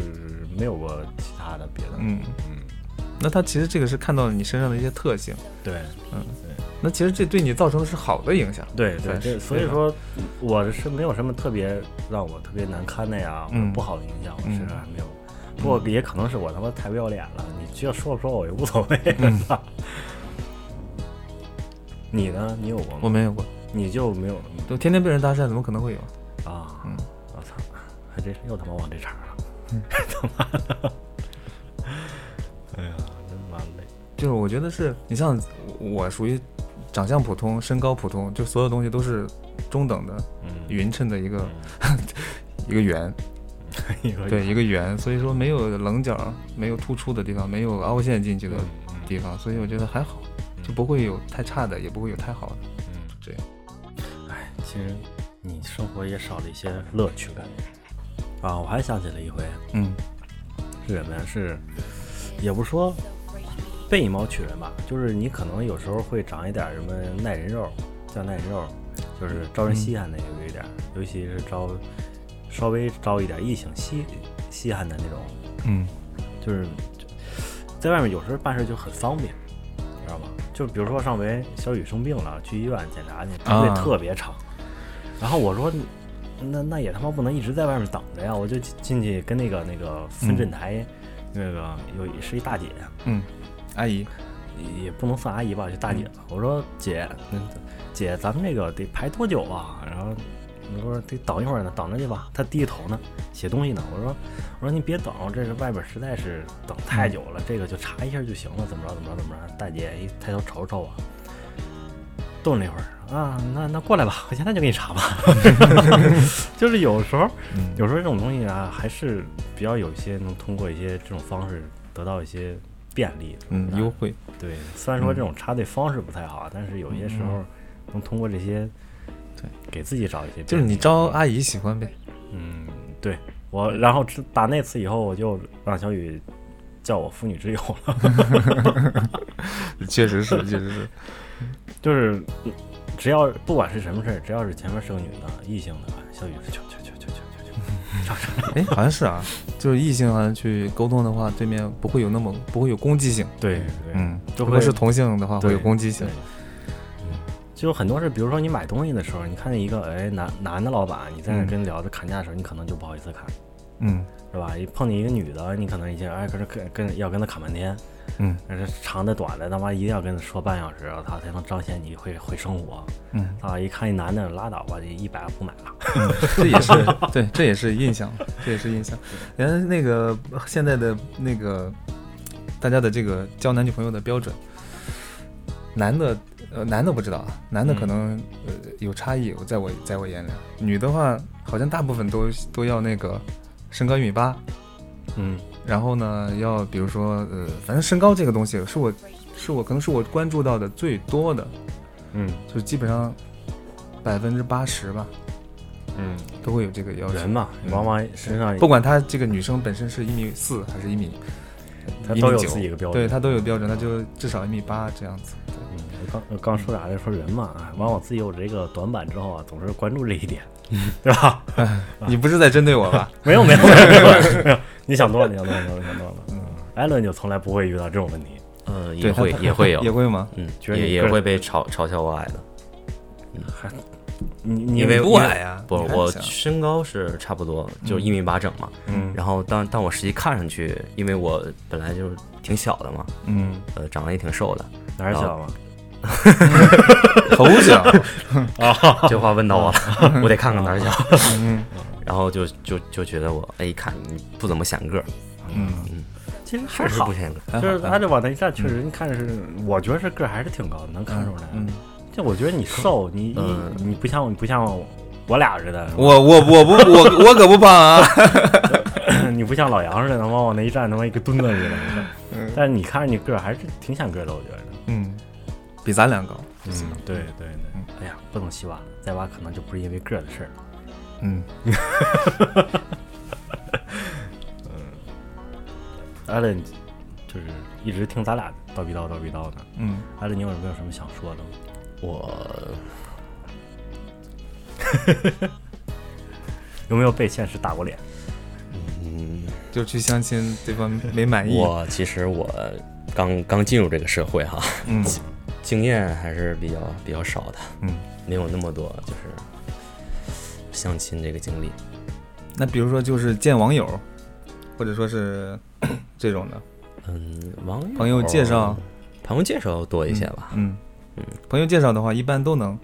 没有过其他的别的。嗯嗯。那他其实这个是看到了你身上的一些特性，对那其实这对你造成的是好的影响。对对算是对，所以说我是没有什么特别让我特别难堪的呀，或者嗯不好的影响，我嗯身上还没有。不过也可能是我他妈太不要脸了，你就说不说我也无所谓。嗯 <laughs> 你呢？你有过我吗？没有过，你就没有就天天被人搭讪，怎么可能会有？啊？嗯我操，还真是又他妈往这茬儿了， <laughs> 他妈的！哎呀，真妈累。就是我觉得是你像我我属于长相普通，身高普通，就所有东西都是中等的、嗯，匀称的一个 <laughs> 一个圆，一个对，一个圆，所以说没有棱角，没有突出的地方，没有凹陷进去的地方，所以我觉得还好，就不会有太差的，也不会有太好的。嗯，这样。哎，其实你生活也少了一些乐趣感觉啊！我还想起了一回嗯是什么呀？是也不是说被以貌取人吧，就是你可能有时候会长一点什么耐人肉，叫耐人肉，就是招人嗯稀罕的有一点，尤其是招稍微招一点异性稀稀罕的那种嗯就是就在外面有时候办事就很方便，你知道吗？就比如说上回小雨生病了，去医院检查去，排队啊特别长。然后我说，那那也他妈不能一直在外面等着呀，我就进进去跟那个那个分诊台、那个有是一大姐，啊嗯，阿姨，也不能算阿姨吧，就大姐了。我说姐，嗯姐，咱们这个得排多久啊？然后我说得等一会儿呢，等着去吧。她低着头呢，写东西呢。我说我说你别等，这是外边实在是等太久了，这个就查一下就行了，怎么着怎么着怎么着。大姐一抬头瞅瞅我，顿了一会儿啊，那那过来吧，我现在就给你查吧。 <laughs> 就是有时候嗯有时候这种东西啊，还是比较有一些能通过一些这种方式得到一些便利的。嗯，优惠，对，虽然说这种嗯插队方式不太好，啊但是有些时候能通过这些，对，给自己找一些便利。就是你招阿姨喜欢呗。嗯，对我，然后只打那次以后，我就让小雨叫我妇女之友了。确实是，确实是， <laughs> 就是嗯只要不管是什么事儿，只要是前面是个女的，异性的吧，小雨是去去去去去去去， <laughs> 哎，好像是啊，就是异性好像去沟通的话，对面不会有那么不会有攻击性，对对，嗯，就如会果是同性的话，对会有攻击性对，，嗯就很多是，比如说你买东西的时候，你看见一个哎男男的老板，你在那嗯跟人聊着砍价的时候，你可能就不好意思砍，嗯是吧？一碰见一个女的，你可能一下哎跟着跟跟要跟她砍半天，嗯但是长的短的，他妈一定要跟她说半小时，啊她才能彰显你会会生活。嗯，啊，一看一男的拉倒吧，这一百不买了。这 <laughs> 也是对，这也是印象，这也是印象。原来那个现在的那个大家的这个交男女朋友的标准，男的呃男的不知道啊，男的嗯可能、呃有差异，我在我在我眼里啊，女的话好像大部分都都要那个身高一米八，嗯然后呢，要比如说，呃，反正身高这个东西是我，是我可能是我关注到的最多的，嗯就基本上百分之八十吧，嗯，都会有这个要求人。嘛，嗯往往身上不管她这个女生本身是一米四还是一米，他一都米有九自己的标对准。她都有标准，那就至少一米八这样子。对嗯，我刚我刚说啥来说人嘛，哎往往自己有这个短板之后啊，总是关注这一点，对吧？你不是在针对我吧？没有没有没有没有没有，你想多了，你想多了，你想多了。嗯，艾伦就从来不会遇到这种问题。呃，也对她会她也会有也，会吗？嗯，觉得也你也个人会被嘲嘲笑我矮的，你你因为不因为矮呀不，你看我一下身高是差不多，就一米八整嘛。嗯然后当当我实际看上去，因为我本来就是挺小的嘛，嗯，呃，长得也挺瘦 <laughs> 的，哪儿小啊嘛？头小，这话问到我 <laughs> 了， <laughs> 我得看看哪儿小。嗯然后就就就觉得我，哎，一看你不怎么显个儿，嗯，其实还确实嗯好嗯不，显个儿。嗯还好就是他这往那一站，确实你看着是，我觉得是个儿还是挺高的，能看出来。嗯，这我觉得你瘦，你嗯你你不像你不像我俩似的，我我我不我我可不胖啊。 <laughs> 你不像老杨似的，能往往那一站，能往一个墩子似 <laughs> 的。但是你看着你个儿还是挺显个儿的，我觉得。嗯，比咱俩高。嗯，对对嗯对。哎呀，不能细挖，再挖可能就不是因为个儿的事儿了。嗯，艾伦就是一直听咱俩叨逼叨叨逼叨的。嗯，艾伦，你有没有什么想说的吗？我有没有被现实打过脸？就去相亲，对方没满意。嗯我其实我刚刚进入这个社会哈，嗯经验还是比较比较少的，嗯。没有那么多就是相亲这个经历。那比如说就是见网友，或者说是 <coughs> 这种的嗯，网友朋友介绍，朋友介绍多一些吧。嗯朋友介绍的话，一般都能，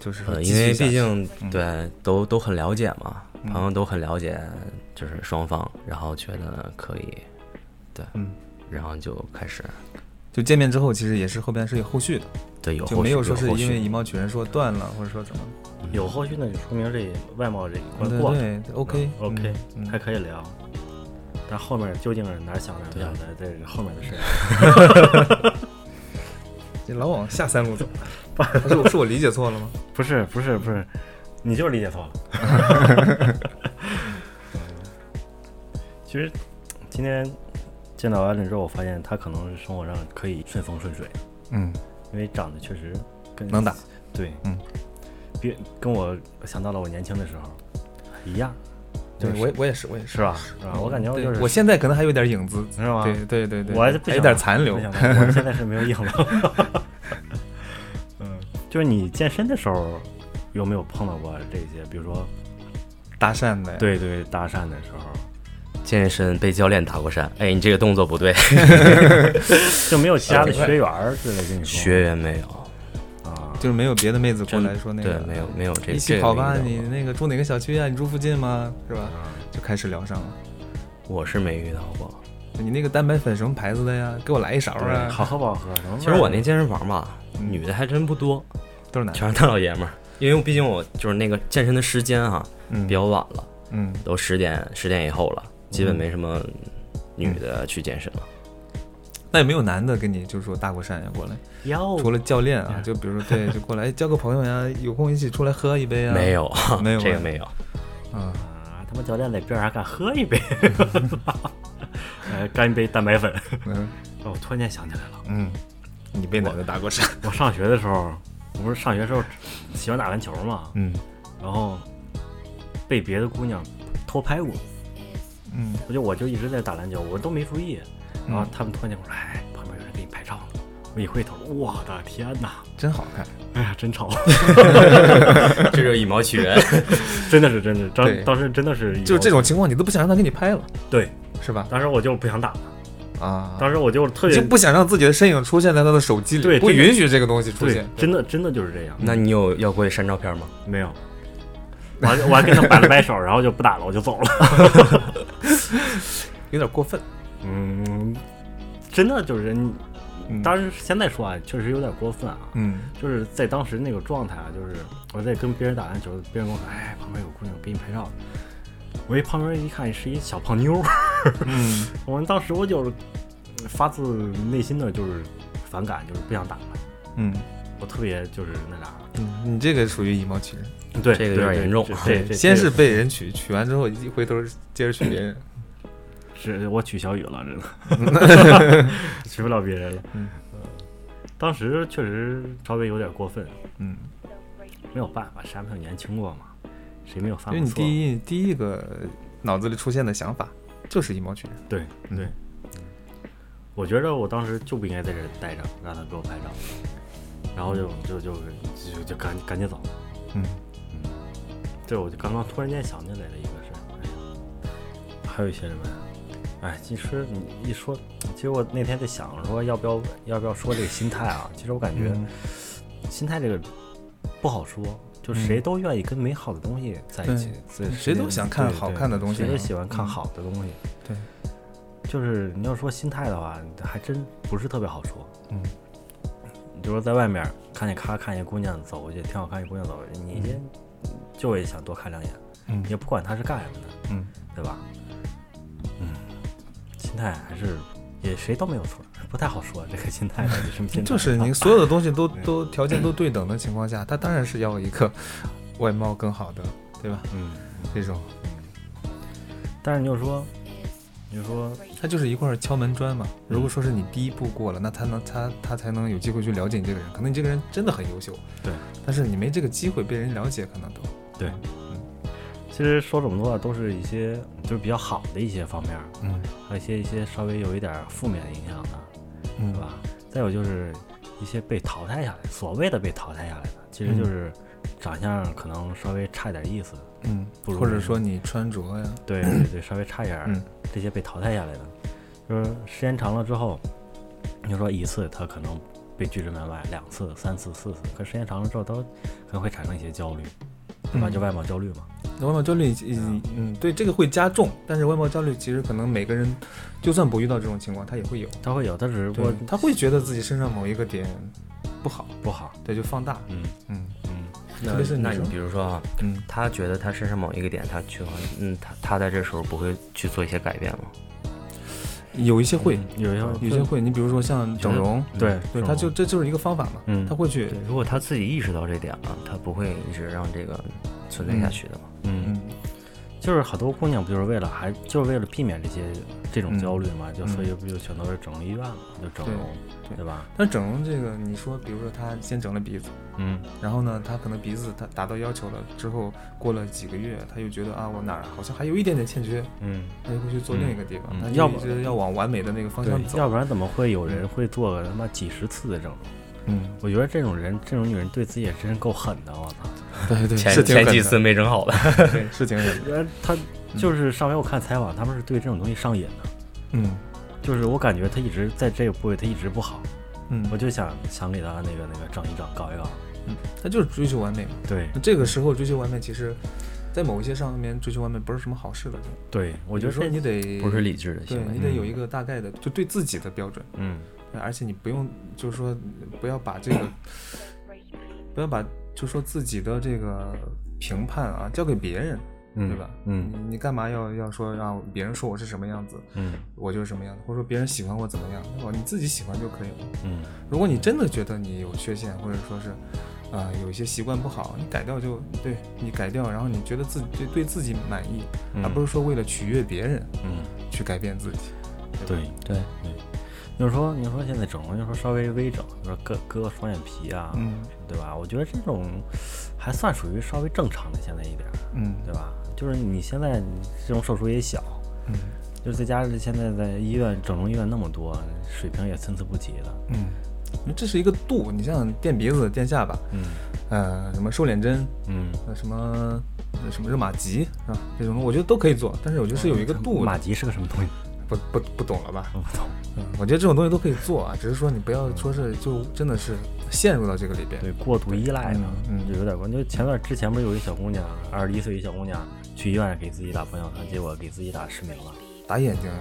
就是说呃，继因续为下毕去竟嗯对都都很了解嘛，嗯朋友都很了解，就是双方，然后觉得可以，对，嗯，然后就开始就见面之后，其实也是后边是有后续的，对有就后没续，说是后因续嗯为以貌取人说断了，或者说怎么，有后续那就说明这外貌这一对关过了。对对，OK 嗯 OK，嗯还可以聊。但后面究竟是哪儿想哪儿不啊想的，这是后面的事儿。 <laughs> 你老往下三路 <laughs> 走，还是我是我理解错了吗？不是不是不是，你就是理解错了。 <laughs> 嗯其实今天见到安伦之后，我发现他可能是生活上可以顺风顺水，嗯因为长得确实跟能打。对，嗯，别跟我想到了我年轻的时候一样，就是对哎我也我也是我也是嗯是吧？是啊吧？我感觉我对就是我现在可能还有点影子，是吗？对对对对，我还是不还想有点了残留不，想 <laughs> 了我现在是没有影了。嗯，就是你健身的时候有没有碰到过这些？比如说，搭讪的呀，对对，搭讪的时候健身被教练打过讪，哎，你这个动作不对，哦就没有其他的学员儿之类跟你说学员没有，啊？就是没有别的妹子过真来说那个对没有没有这一这起个跑没遇吧，到你过那个住哪个小区啊？你住附近吗？是啊吧？就开始聊上了。我是没遇到过。你那个蛋白粉什么牌子的呀？给我来一勺对，啊！好，喝不好喝？什么味儿其实我那健身房吧，嗯女的还真不多，都是男的。全是大老爷们儿。因为我毕竟我就是那个健身的时间哈、嗯比较晚了，嗯，都十点十点以后了，基本没什么女的去健身了。那也没有男的跟你就是说搭过讪呀过来，哟除了教练啊，就比如说对，就过来哎交个朋友呀，有空一起出来喝一杯啊。没有，没有啊这个没有。啊，啊，他妈教练在边上还敢喝一杯，呃，干一杯蛋白粉。嗯哦，我突然间想起来了，嗯你被哪个打过伤？我上学的时候，我不是上学时候喜欢打篮球嘛，嗯然后被别的姑娘偷拍过，嗯，我就我就一直在打篮球，我都没注意。然后啊，他们突然间跟我说：“哎，旁边有人给你拍照呢。”我一回头，我的天哪！真好看。哎呀，真丑，这就是以貌取 <laughs> 人。 <laughs> 真的是，真的是，对当当时真的是，就是这种，情况，你都不想让他给你拍了，对，是吧？当时我就不想打了，啊，当时我就特你别就不想让自己的身影出现在他的手机里，对不这个允许这个东西出对现。，真的真的就是这样，那你有要过去删照片吗？没有，我还我还跟他摆了摆手，然后就不打了，我就走了。 <laughs> 有点过分。嗯，真的就是，你嗯当时现在说啊，确实有点过分啊，嗯就是在当时那个状态啊，就是我在跟别人打篮球，别人跟我说，哎，旁边有姑娘给你拍照，我一旁边一看是一小胖妞儿， <laughs> 嗯我当时我就是发自内心的就是反感，就是不想打了，嗯，我特别就是那啥，你这个属于以貌取人。对，这个有对点对严重这 <laughs> 这这先这是被人取，取完之后一回头接着取别人。是我取小雨了，真的， <laughs> <laughs> 取不了别人了。嗯呃当时确实稍微有点过分，嗯，没有办法，谁还没有年轻过嘛，谁没有犯因过为你错？第一第一个脑子里出现的想法就是以貌取人。对嗯对，嗯我觉着我当时就不应该在这儿待着，让他给我拍照，然后就就就就就赶赶紧走。嗯对，我就刚刚突然间想起来了一个事儿，哎呀还有一些什么呀？哎，其实你一说，其实我那天在想说要不要要不要说这个心态啊？其实我感觉嗯心态这个不好说，就谁都愿意跟美好的东西在一起，对嗯谁都想看对对好看的东西谁都嘛嗯喜欢看好的东西。对，就是你要说心态的话，还真不是特别好说。嗯，你就说在外面看见咔看见姑娘走过去，挺好看一姑娘走过去，你先就也想多看两眼，嗯也不管她是干什么的，嗯，对吧？嗯，心态还是也谁都没有错，不太好说这个心态到底什么心态。就是你所有的东西都都条件都对等的情况下，他当然是要一个外貌更好的，对吧？嗯，这种但是你就说，你就说他就是一块敲门砖嘛。如果说是你第一步过了，那他能他他才能有机会去了解你这个人。可能你这个人真的很优秀，对，但是你没这个机会被人了解，可能都嗯其实说这么多啊，都是一些就是比较好的一些方面儿，嗯还有一些一些稍微有一点儿负面影响的，嗯是吧？再有就是一些被淘汰下来，所谓的被淘汰下来的，其实就是长相可能稍微差点意思，嗯，不如或者人说你穿着呀，对对对，稍微差点儿，嗯这些被淘汰下来的，就是时间长了之后，你就说一次他可能被拒之门外，两次、三次、四次，可时间长了之后，他可能会产生一些焦虑，对吧？嗯就外貌焦虑嘛。外貌焦虑，嗯嗯，对，这个会加重，但是外貌焦虑其实可能每个人，就算不遇到这种情况，他也会有。他会有，他只不我过他会觉得自己身上某一个点不好，不好，对，就放大。嗯嗯嗯，那特别是女那你生比如说啊，嗯，他觉得他身上某一个点，他去好像，嗯，他他在这时候不会去做一些改变吗？嗯有一些会，有一些有一些会。你比如说像整容，对对，他就这就是一个方法嘛，嗯他会去，对，如果他自己意识到这点了，他不会一直让这个存在下去的嘛。嗯，嗯就是好多姑娘不就是为了还就是为了避免这些这种焦虑嘛，就嗯所以不就全都是整容医院嘛，就整容，对对对吧？但整容这个，你说，比如说他先整了鼻子，嗯然后呢，他可能鼻子他达到要求了之后，过了几个月，他又觉得啊，我哪儿好像还有一点点欠缺，嗯，他就会去做另一个地方，嗯他要就不一直要往完美的那个方对向，走。要不然怎么会有人会做个他妈几十次的整容？ <laughs> 嗯，我觉得这种人，这种女人对自己也真是够狠的，我操！对对，前嗯是挺前狠几的次，没整好吧？对 <laughs> 是挺狠的。然她就是上回我看采访，他们是对这种东西上瘾的，嗯就是我感觉她一直在这个部位她一直不好，嗯，我就想想给她那个那个整一整，搞一搞。嗯他就是追求完美嘛。对那这个时候追求完美，其实，在某一些上面追求完美不是什么好事了。对，我觉得说这你得不是理智的对行为你。得有一个大概的，就对自己的标准，嗯而且你不用就是说不要把这个不要把就说自己的这个评判啊交给别人，嗯对吧？嗯你你干嘛要要说让别人说我是什么样子，嗯我就是什么样子，或者说别人喜欢我怎么样，我你自己喜欢就可以了。嗯如果你真的觉得你有缺陷，或者说是，啊、有一些习惯不好，你改掉就对你改掉，然后你觉得自己对对自己满意，啊而不是说为了取悦别人嗯，去改变自己。对。对，就是说，你说现在整容，就说稍微微整，比如说割割个双眼皮啊，嗯对吧？我觉得这种还算属于稍微正常的，现在一点儿，嗯对吧？就是你现在你这种手术也小，嗯就是再加上现在在医院整容医院那么多，水平也参差不齐的，嗯，因为这是一个度，你像垫鼻子、垫下巴，嗯呃，什么瘦脸针，嗯，呃，什么呃什么热玛吉啊，这种我觉得都可以做，但是我觉得是有一个度的，马吉是个什么东西？嗯不不不懂了吧？我不懂。嗯，我觉得这种东西都可以做啊，只是说你不要说是就真的是陷入到这个里边。对，过度依赖嘛，嗯嗯就有点关。就前段之前不是有一小姑娘，二十一岁一小姑娘去医院给自己打玻尿酸，结果给自己打失明了。打眼睛，啊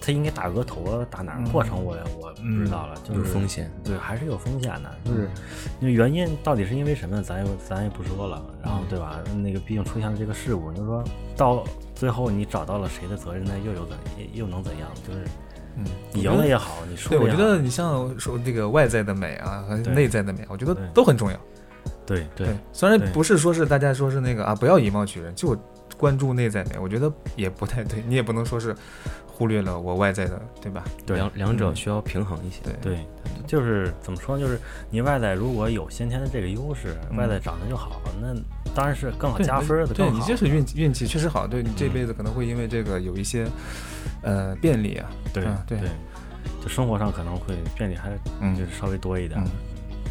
她应该打额头啊，打哪儿？嗯过程我也我不知道了，就嗯有是风险。对，还是有风险的。就是那原因到底是因为什么，咱也咱也不说了。然后对吧？那个毕竟出现了这个事故，你就说到最后你找到了谁的责任，那又有怎又能怎样？就是嗯，你赢了也好，你输对，了我也觉好，得你像说这个外在的美啊和啊对内在的美，我觉得对都很重要。对对对，虽然对不是说是大家说是那个啊，不要以貌取人，就关注内在美，我觉得也不太对。 <laughs> 你也不能说是忽略了我外在的，对吧？对嗯两两者需要平衡一些。对对，就是怎么说呢，就是你外在如果有先天的这个优势，外在长得就好，那当然是更好嗯对加分儿的对更你好。就是运气运气确实好，对你这嗯辈子可能会因为这个有一些呃便利啊，对啊对对，就生活上可能会便利还嗯就是稍微多一点嗯，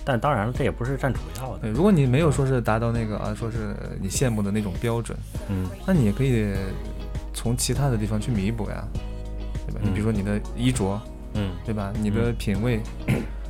但当然了，这也不是占主要的对，。如果你没有说是达到那个啊，说是你羡慕的那种标准，嗯，那你也可以从其他的地方去弥补呀，对吧？你比如说你的衣着，嗯对吧？你的品味，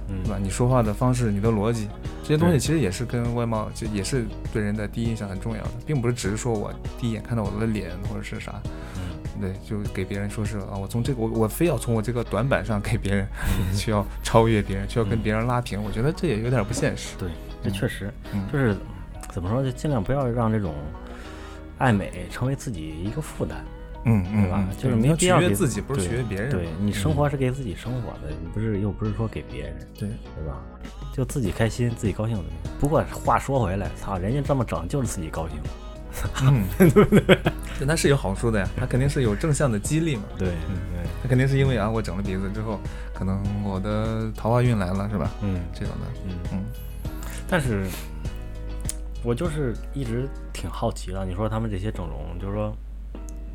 嗯对吧？你说话的方式，你的逻辑，这些东西对其实也是跟外貌，就也是对人的第一印象很重要的，并不是只是说我第一眼看到我的脸或者是啥，嗯，对，就给别人说是啊，我从这个我我非要从我这个短板上给别人，嗯 <laughs> 需要超越别人，需要跟别人拉平，我觉得这也有点不现实。对，这确实嗯就是怎么说，就尽量不要让这种爱美成为自己一个负担。嗯对吧嗯就是你没要必取要悦给自己，不是取对悦别人。对你嗯生活是给自己生活的，你不是又不是说给别人。对，对吧？就自己开心，自己高兴。不过话说回来，操，人家这么整就是自己高兴。嗯，对，它是有好处的呀，它肯定是有正向的激励嘛。对，它肯定是因为啊，我整了鼻子之后，可能我的桃花运来了，是吧？嗯这种的，嗯。嗯但是，我就是一直挺好奇的。你说他们这些整容，就是说，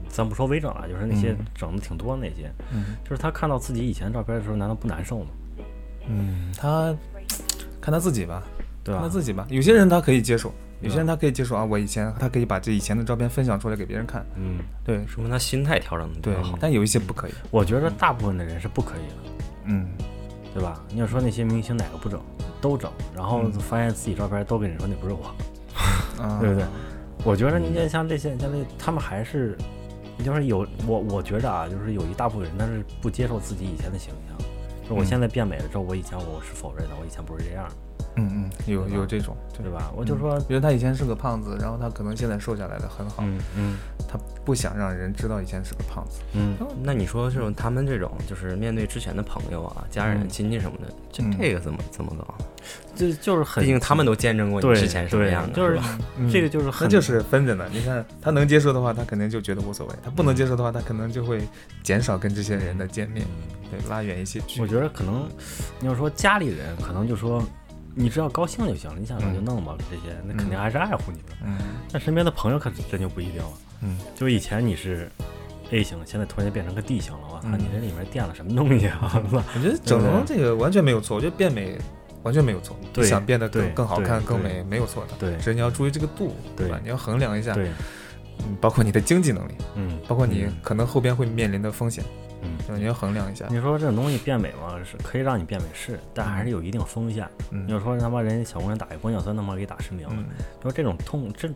咱不说微整啊，就是那些嗯整的挺多的那些，嗯就是他看到自己以前照片的时候，难道不难受吗？嗯，他看他自己吧，对看吧他？自己吧。有些人他可以接受，有对些人他可以接受啊，我以前他可以把这以前的照片分享出来给别人看，嗯，对说明他心态调整的比对较好，。但有一些不可以，我觉得大部分的人是不可以的，嗯，对吧？你要说那些明星哪个不整，都整，然后发现自己照片都跟你说那不是我。啊，对不对？我觉得您就像这些，像这他们还是，就是有我我觉着啊，就是有一大部分人他是不接受自己以前的形象，就是我嗯现在变美了之后，我以前我是否认的，我以前不是这样，嗯嗯，有对吧有这种，对对吧？我就说，比如他以前是个胖子，然后他可能现在瘦下来的很好，嗯嗯他不想让人知道以前是个胖子。嗯那你说这种他们这种就是面对之前的朋友啊、家人、亲戚什么的，这嗯这个怎么怎么搞？这就是很，毕竟他们都见证过你对之前什么对样的，就是吧 <laughs> 嗯这个就是很那就是分着呢。你看，他能接受的话，他肯定就觉得无所谓；他不能接受的话，他可能就会减少跟这些人的见面，对，拉远一些距我离。觉得可能，你要说家里人，可能就说你只要高兴就行了，你想弄就弄吧，这些那肯定还是爱护你的。嗯但身边的朋友可真就不一定了，嗯，就以前你是 A 型，现在突然间变成个 D 型了，我操，嗯你这里面垫了什么东西啊？我觉得整容这个完全没有错，我觉得变美完全没有错，对你想变得对更更好看、对更对美没有错的， <laughs> 对只是你要注意这个度，对吧？你要衡量一下，对，嗯包括你的经济能力，嗯，包括你可能后边会面临的风险，嗯，对吧？你要衡量一下，你说这种东西变美嘛，是可以让你变美是，但还是有一定风险。你嗯要说他妈人家小姑娘打一玻尿酸，他妈给打失明了，嗯你说这种痛，这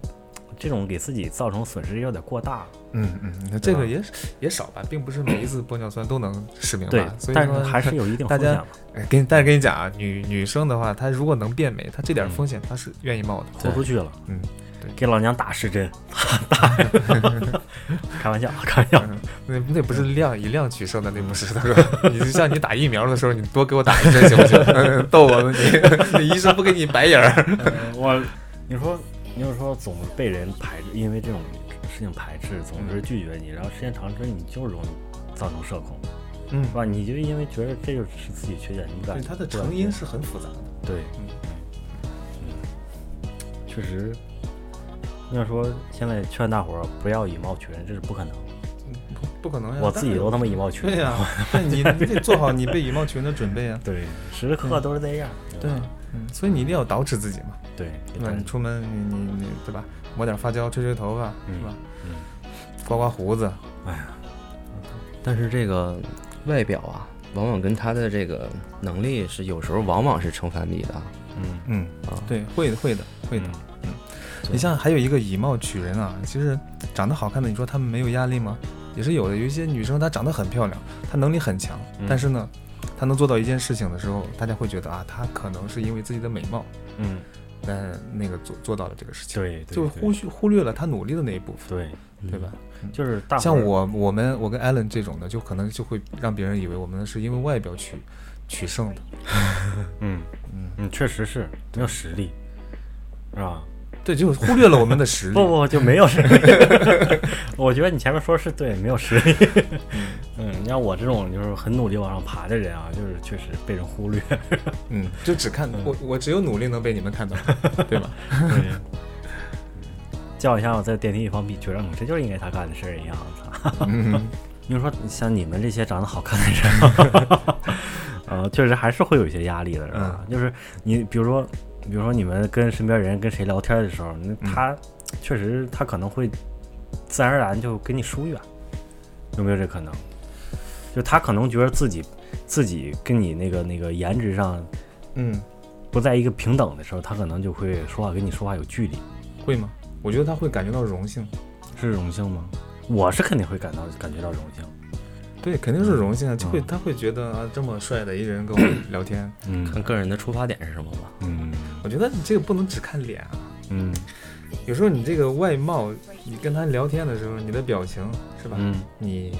这种给自己造成损失有点过大了。嗯嗯，那这个也也少吧，并不是每一次玻尿酸都能失明对吧，所，以但是说还是有一定风险嘛，哎，跟但是跟你讲啊，女女生的话，她如果能变美，她嗯这点风险她是愿意冒的。豁出去了，嗯，给老娘打失 <laughs> 针，打，开玩笑，开玩笑，嗯那那不是量以量取胜的，那不是。他说，你就像你打疫苗的时候，你多给我打一针行不 <laughs> 行？嗯逗我呢，你你医生不给你白眼嗯儿。我，你说，你就说总被人排斥，因为这种嗯事情排斥，总是拒绝你，然后时间长了之后，你就容易造成社恐。嗯是吧？你就因为觉得这就是自己缺点，你不敢对，它的成因是很复杂的。对，嗯嗯确实，要说现在劝大伙儿不要以貌取人，这是不可能。嗯，不不可能呀！我自己当都然他妈以貌取对人。呀、 <laughs> 对你你得做好你被以貌取人的准备啊。对，时时刻刻都是这样。对，嗯，所以你一定要捯饬自己嘛，对，对吧？你出门你你你对吧？抹点发胶，吹吹头发，嗯是吧？嗯刮刮胡子，但是这个外表啊，往往跟他的这个能力是有时候往往是成反比的嗯，嗯，啊。对，会的，会的，会的。嗯你像还有一个以貌取人啊，其实长得好看的，你说他们没有压力吗？也是有的。有一些女生她长得很漂亮，她能力很强，嗯但是呢，她能做到一件事情的时候，大家会觉得啊，她可能是因为自己的美貌，嗯，但那个做做到了这个事情，对，对就忽对视忽略了她努力的那一部分，对，对吧？就是大伙像儿我我们我跟 Allen 这种的，就可能就会让别人以为我们是因为外表取取胜的，嗯嗯嗯，确实是没有实力，是吧？对，就忽略了我们的实力。 <laughs> 不不，就没有实力。我觉得你前面说是对，没有实力。嗯，你像我这种就是很努力往上爬的人啊，就是确实被人忽略。嗯，就只看我我只有努力能被你们看到，对吧？对， <laughs> 叫一下我在电梯里放屁，觉得嗯这就是应该他干的事儿一样。操！嗯，你说像你们这些长得好看的人， <laughs> 呃，确实还是会有一些压力的，是吧？就是你比如说，比如说你们跟身边人跟谁聊天的时候，那他、确实他可能会自然而然就跟你疏远，有没有这可能？就他可能觉得自己自己跟你那个那个颜值上嗯，不在一个平等的时候，他可能就会说话跟你说话有距离。会吗？我觉得他会感觉到荣幸，是荣幸吗？我是肯定会感到感觉到荣幸。对，肯定是荣幸啊，就会、嗯他会觉得啊，这么帅的一人 <clears throat> 跟我聊天，嗯看个人的出发点是什么吧。嗯我觉得你这个不能只看脸啊，嗯有时候你这个外貌，你跟他聊天的时候，你的表情是吧？嗯你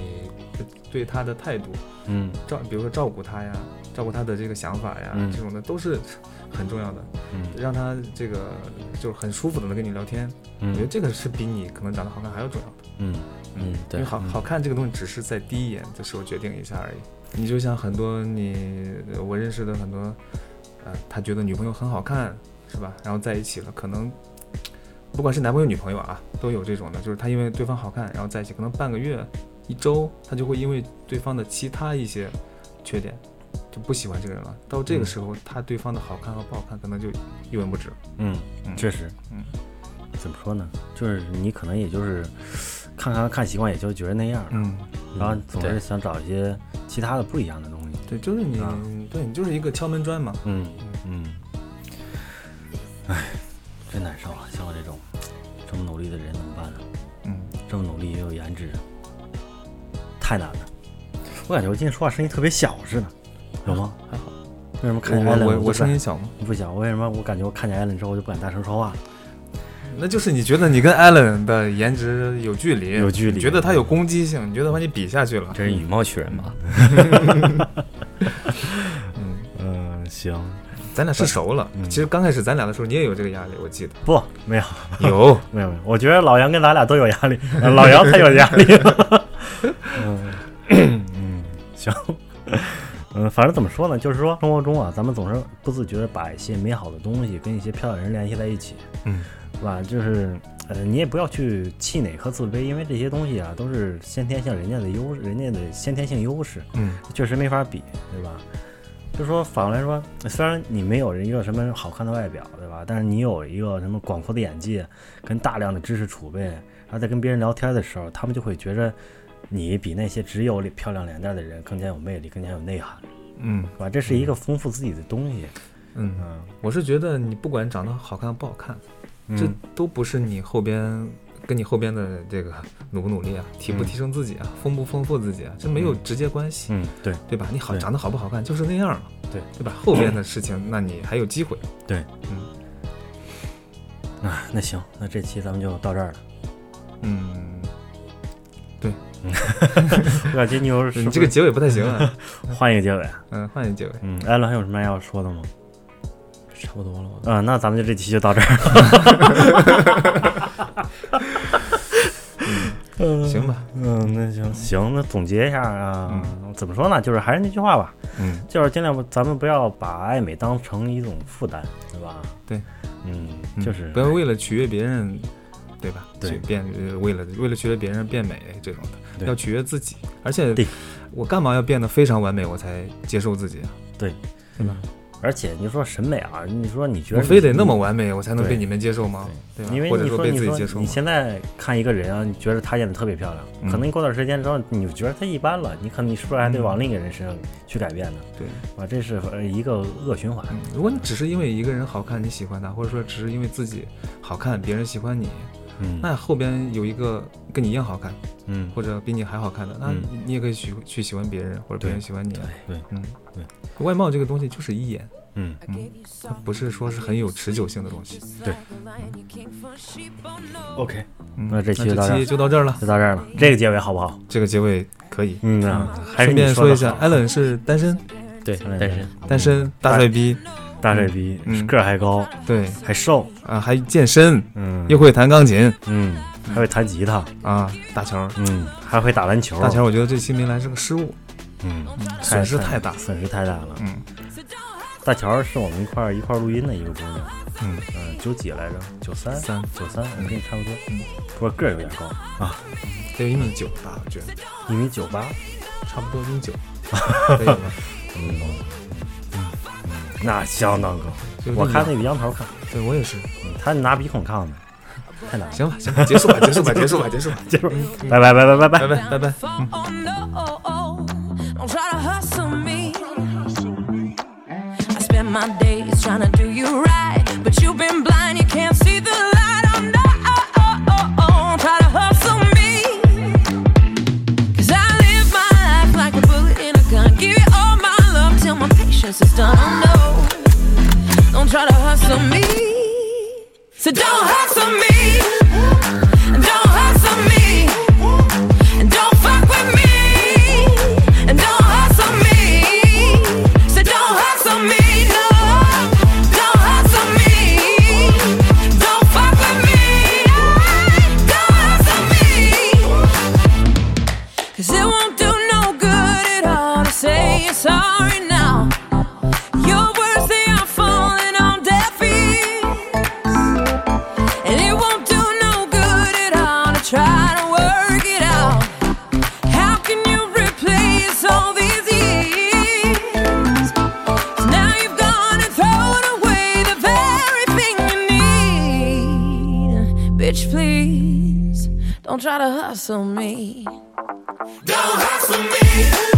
对他的态度，嗯照比如说照顾他呀，照顾他的这个想法呀，嗯这种的都是很重要的，嗯让他这个就是很舒服的能跟你聊天，我觉得嗯这个是比你可能长得好看还要重要的。嗯，嗯，因对为，好好看这个东西只是在第一眼的时候决定一下而已。你就像很多你呃我认识的很多，呃，他觉得女朋友很好看，是吧？然后在一起了，可能不管是男朋友女朋友啊，都有这种的，就是他因为对方好看，然后在一起，可能半个月、一周，他就会因为对方的其他一些缺点。就不喜欢这个人了。到这个时候，他对方的好看和不好看，可能就一文不值。嗯嗯确实，嗯，怎么说呢？就是你可能也就是看看看习惯，也就觉得那样了，嗯，然后嗯总对是想找一些其他的不一样的东西。对，就是你，啊对你就是一个敲门砖嘛。嗯嗯，哎，真难受啊！像我这种这么努力的人怎么办呢？嗯，这么努力也有颜值，太难了。我感觉我今天说话声音特别小似的，有吗？还好。为什么看见艾我伦我就我声敢音小吗？不小？为什么我感觉我看见艾伦之后我就不敢大声说话了？那就是你觉得你跟 Allen 的颜值有距离，有距离你觉得他有攻击性，你觉得把你比下去了。这是以貌取人吧？嗯，嗯，行，咱俩是熟了。嗯其实刚开始咱俩的时候，你也有这个压力，我记得不，没有，有。没 <laughs> 有，没有。我觉得老杨跟咱俩都有压力，呃老杨才有压 <laughs> 力。嗯嗯， <laughs> 行，嗯，反正怎么说呢，就是说生活中啊，咱们总是不自觉的把一些美好的东西跟一些漂亮人联系在一起， <laughs> 嗯，是吧？就是呃，你也不要去气馁和自卑，因为这些东西啊，都是先天性人家的优，人家的先天性优势。嗯确实没法比，对吧？就说反过来说，虽然你没有一个什么好看的外表，对吧？但是你有一个什么广阔的眼界，跟大量的知识储备，然后在跟别人聊天的时候，他们就会觉着你比那些只有漂亮脸蛋的人更加有魅力，更加有内涵，嗯是吧？这是一个丰富自己的东西，嗯，嗯，我是觉得你不管长得好看不好看，这这都不是你后边跟你后边的这个努不努力啊，提不嗯提升自己啊，丰不丰富自己啊，这没有直接关系，嗯，对对吧？你好对长得好不好看就是那样嘛，对对吧？后边的事情，那你还有机会。对，嗯啊，那行，那这期咱们就到这儿 <laughs> 了。嗯，我感觉你有你这个结尾不太行啊。换一个结尾，嗯，换一个结尾。嗯，艾伦还有什么要说的吗？差不多了吧？啊、那咱们就这期就到这儿。行吧，嗯吧。 <laughs> 嗯，那行行，那总结一下啊，怎么说呢？就是还是那句话吧，嗯，就是尽量不咱们不要把爱美当成一种负担，对吧？对，嗯，嗯就是不要为了取悦别人，对吧？对去变呃为了为了取悦别人变美这种的，对要取悦自己。而且对我干嘛要变得非常完美我才接受自己啊？而且你说审美啊，你说你觉我得非得你那么完美我才能对被你们接受吗？对吧？因为或者你说被你自己说接受你吗？现在看一个人啊，你觉得她演的特别漂亮，嗯可能过段时间之后，你觉得她一般了，你可能你是不是还得往另一个人身上去改变呢？对，啊，这是呃一个恶循环。嗯，如果你只是因为一个人好看你喜欢他，或者说只是因为自己好看别人喜欢你，嗯那后边有一个跟你一样好看嗯，或者比你还好看的，那嗯你你也可以去去喜欢别人或者别人喜欢你啊。对，嗯，对，外貌这个东西就是一眼，嗯嗯，它不是说是很有持久性的东西。对。 OK，嗯，那这期就那到这这儿期就到这儿了就，到这儿了，这个结尾好不好？这个结尾可以。嗯啊，还是顺你便说一的下好，Allen 是单身，对，嗯哎但是单身大帅逼，大帅逼，嗯个儿还高，对还瘦，啊，还健身，嗯，又会弹钢琴嗯，还会弹吉他，啊，大乔儿，嗯，还会打篮球，大乔儿，我觉得这期没来是个失误，嗯，损失太大。损失太大了。嗯大乔是我们一块儿一块儿录音的一个姑娘，嗯，嗯，九几来着？九三，三九三，我们跟你差不多。嗯，不过个儿有点高，得有一米九吧，我觉得一米九八，差不多一米 <laughs> 九，可以吗？嗯那相当高。嗯就是我看那那比杨桃看，个，对我也是。嗯他拿鼻孔看的，太难了。行吧，行 <laughs> 吧，结束吧，结束吧，结束吧，结束吧， <laughs> 结束，嗯拜拜拜拜拜拜拜。拜，拜拜。 Oh no, don't try to hustle me. I spend my days trying to do you right, but you've been blind, you can't see the light. Oh no, don't try to hustle me. Cause I live my life like a bullet in a gun. Give it all my love till my patience is done. Oh no, don't try to hustle me. So don't hustle me. Don't hustle me. And don't fuck with me. And don't hustle me. So don't hustle me. No. Don't hustle me. Don't fuck with me. Don't hustle me. Cause it won't do no good at all to say you're sorry now. Your words, they are falling on deaf ears. And it won't do no good at all to try to work it out. How can you replace all these years? Now you've gone and thrown away the very thing you need. Bitch, please, don't try to hustle me. Don't hustle me.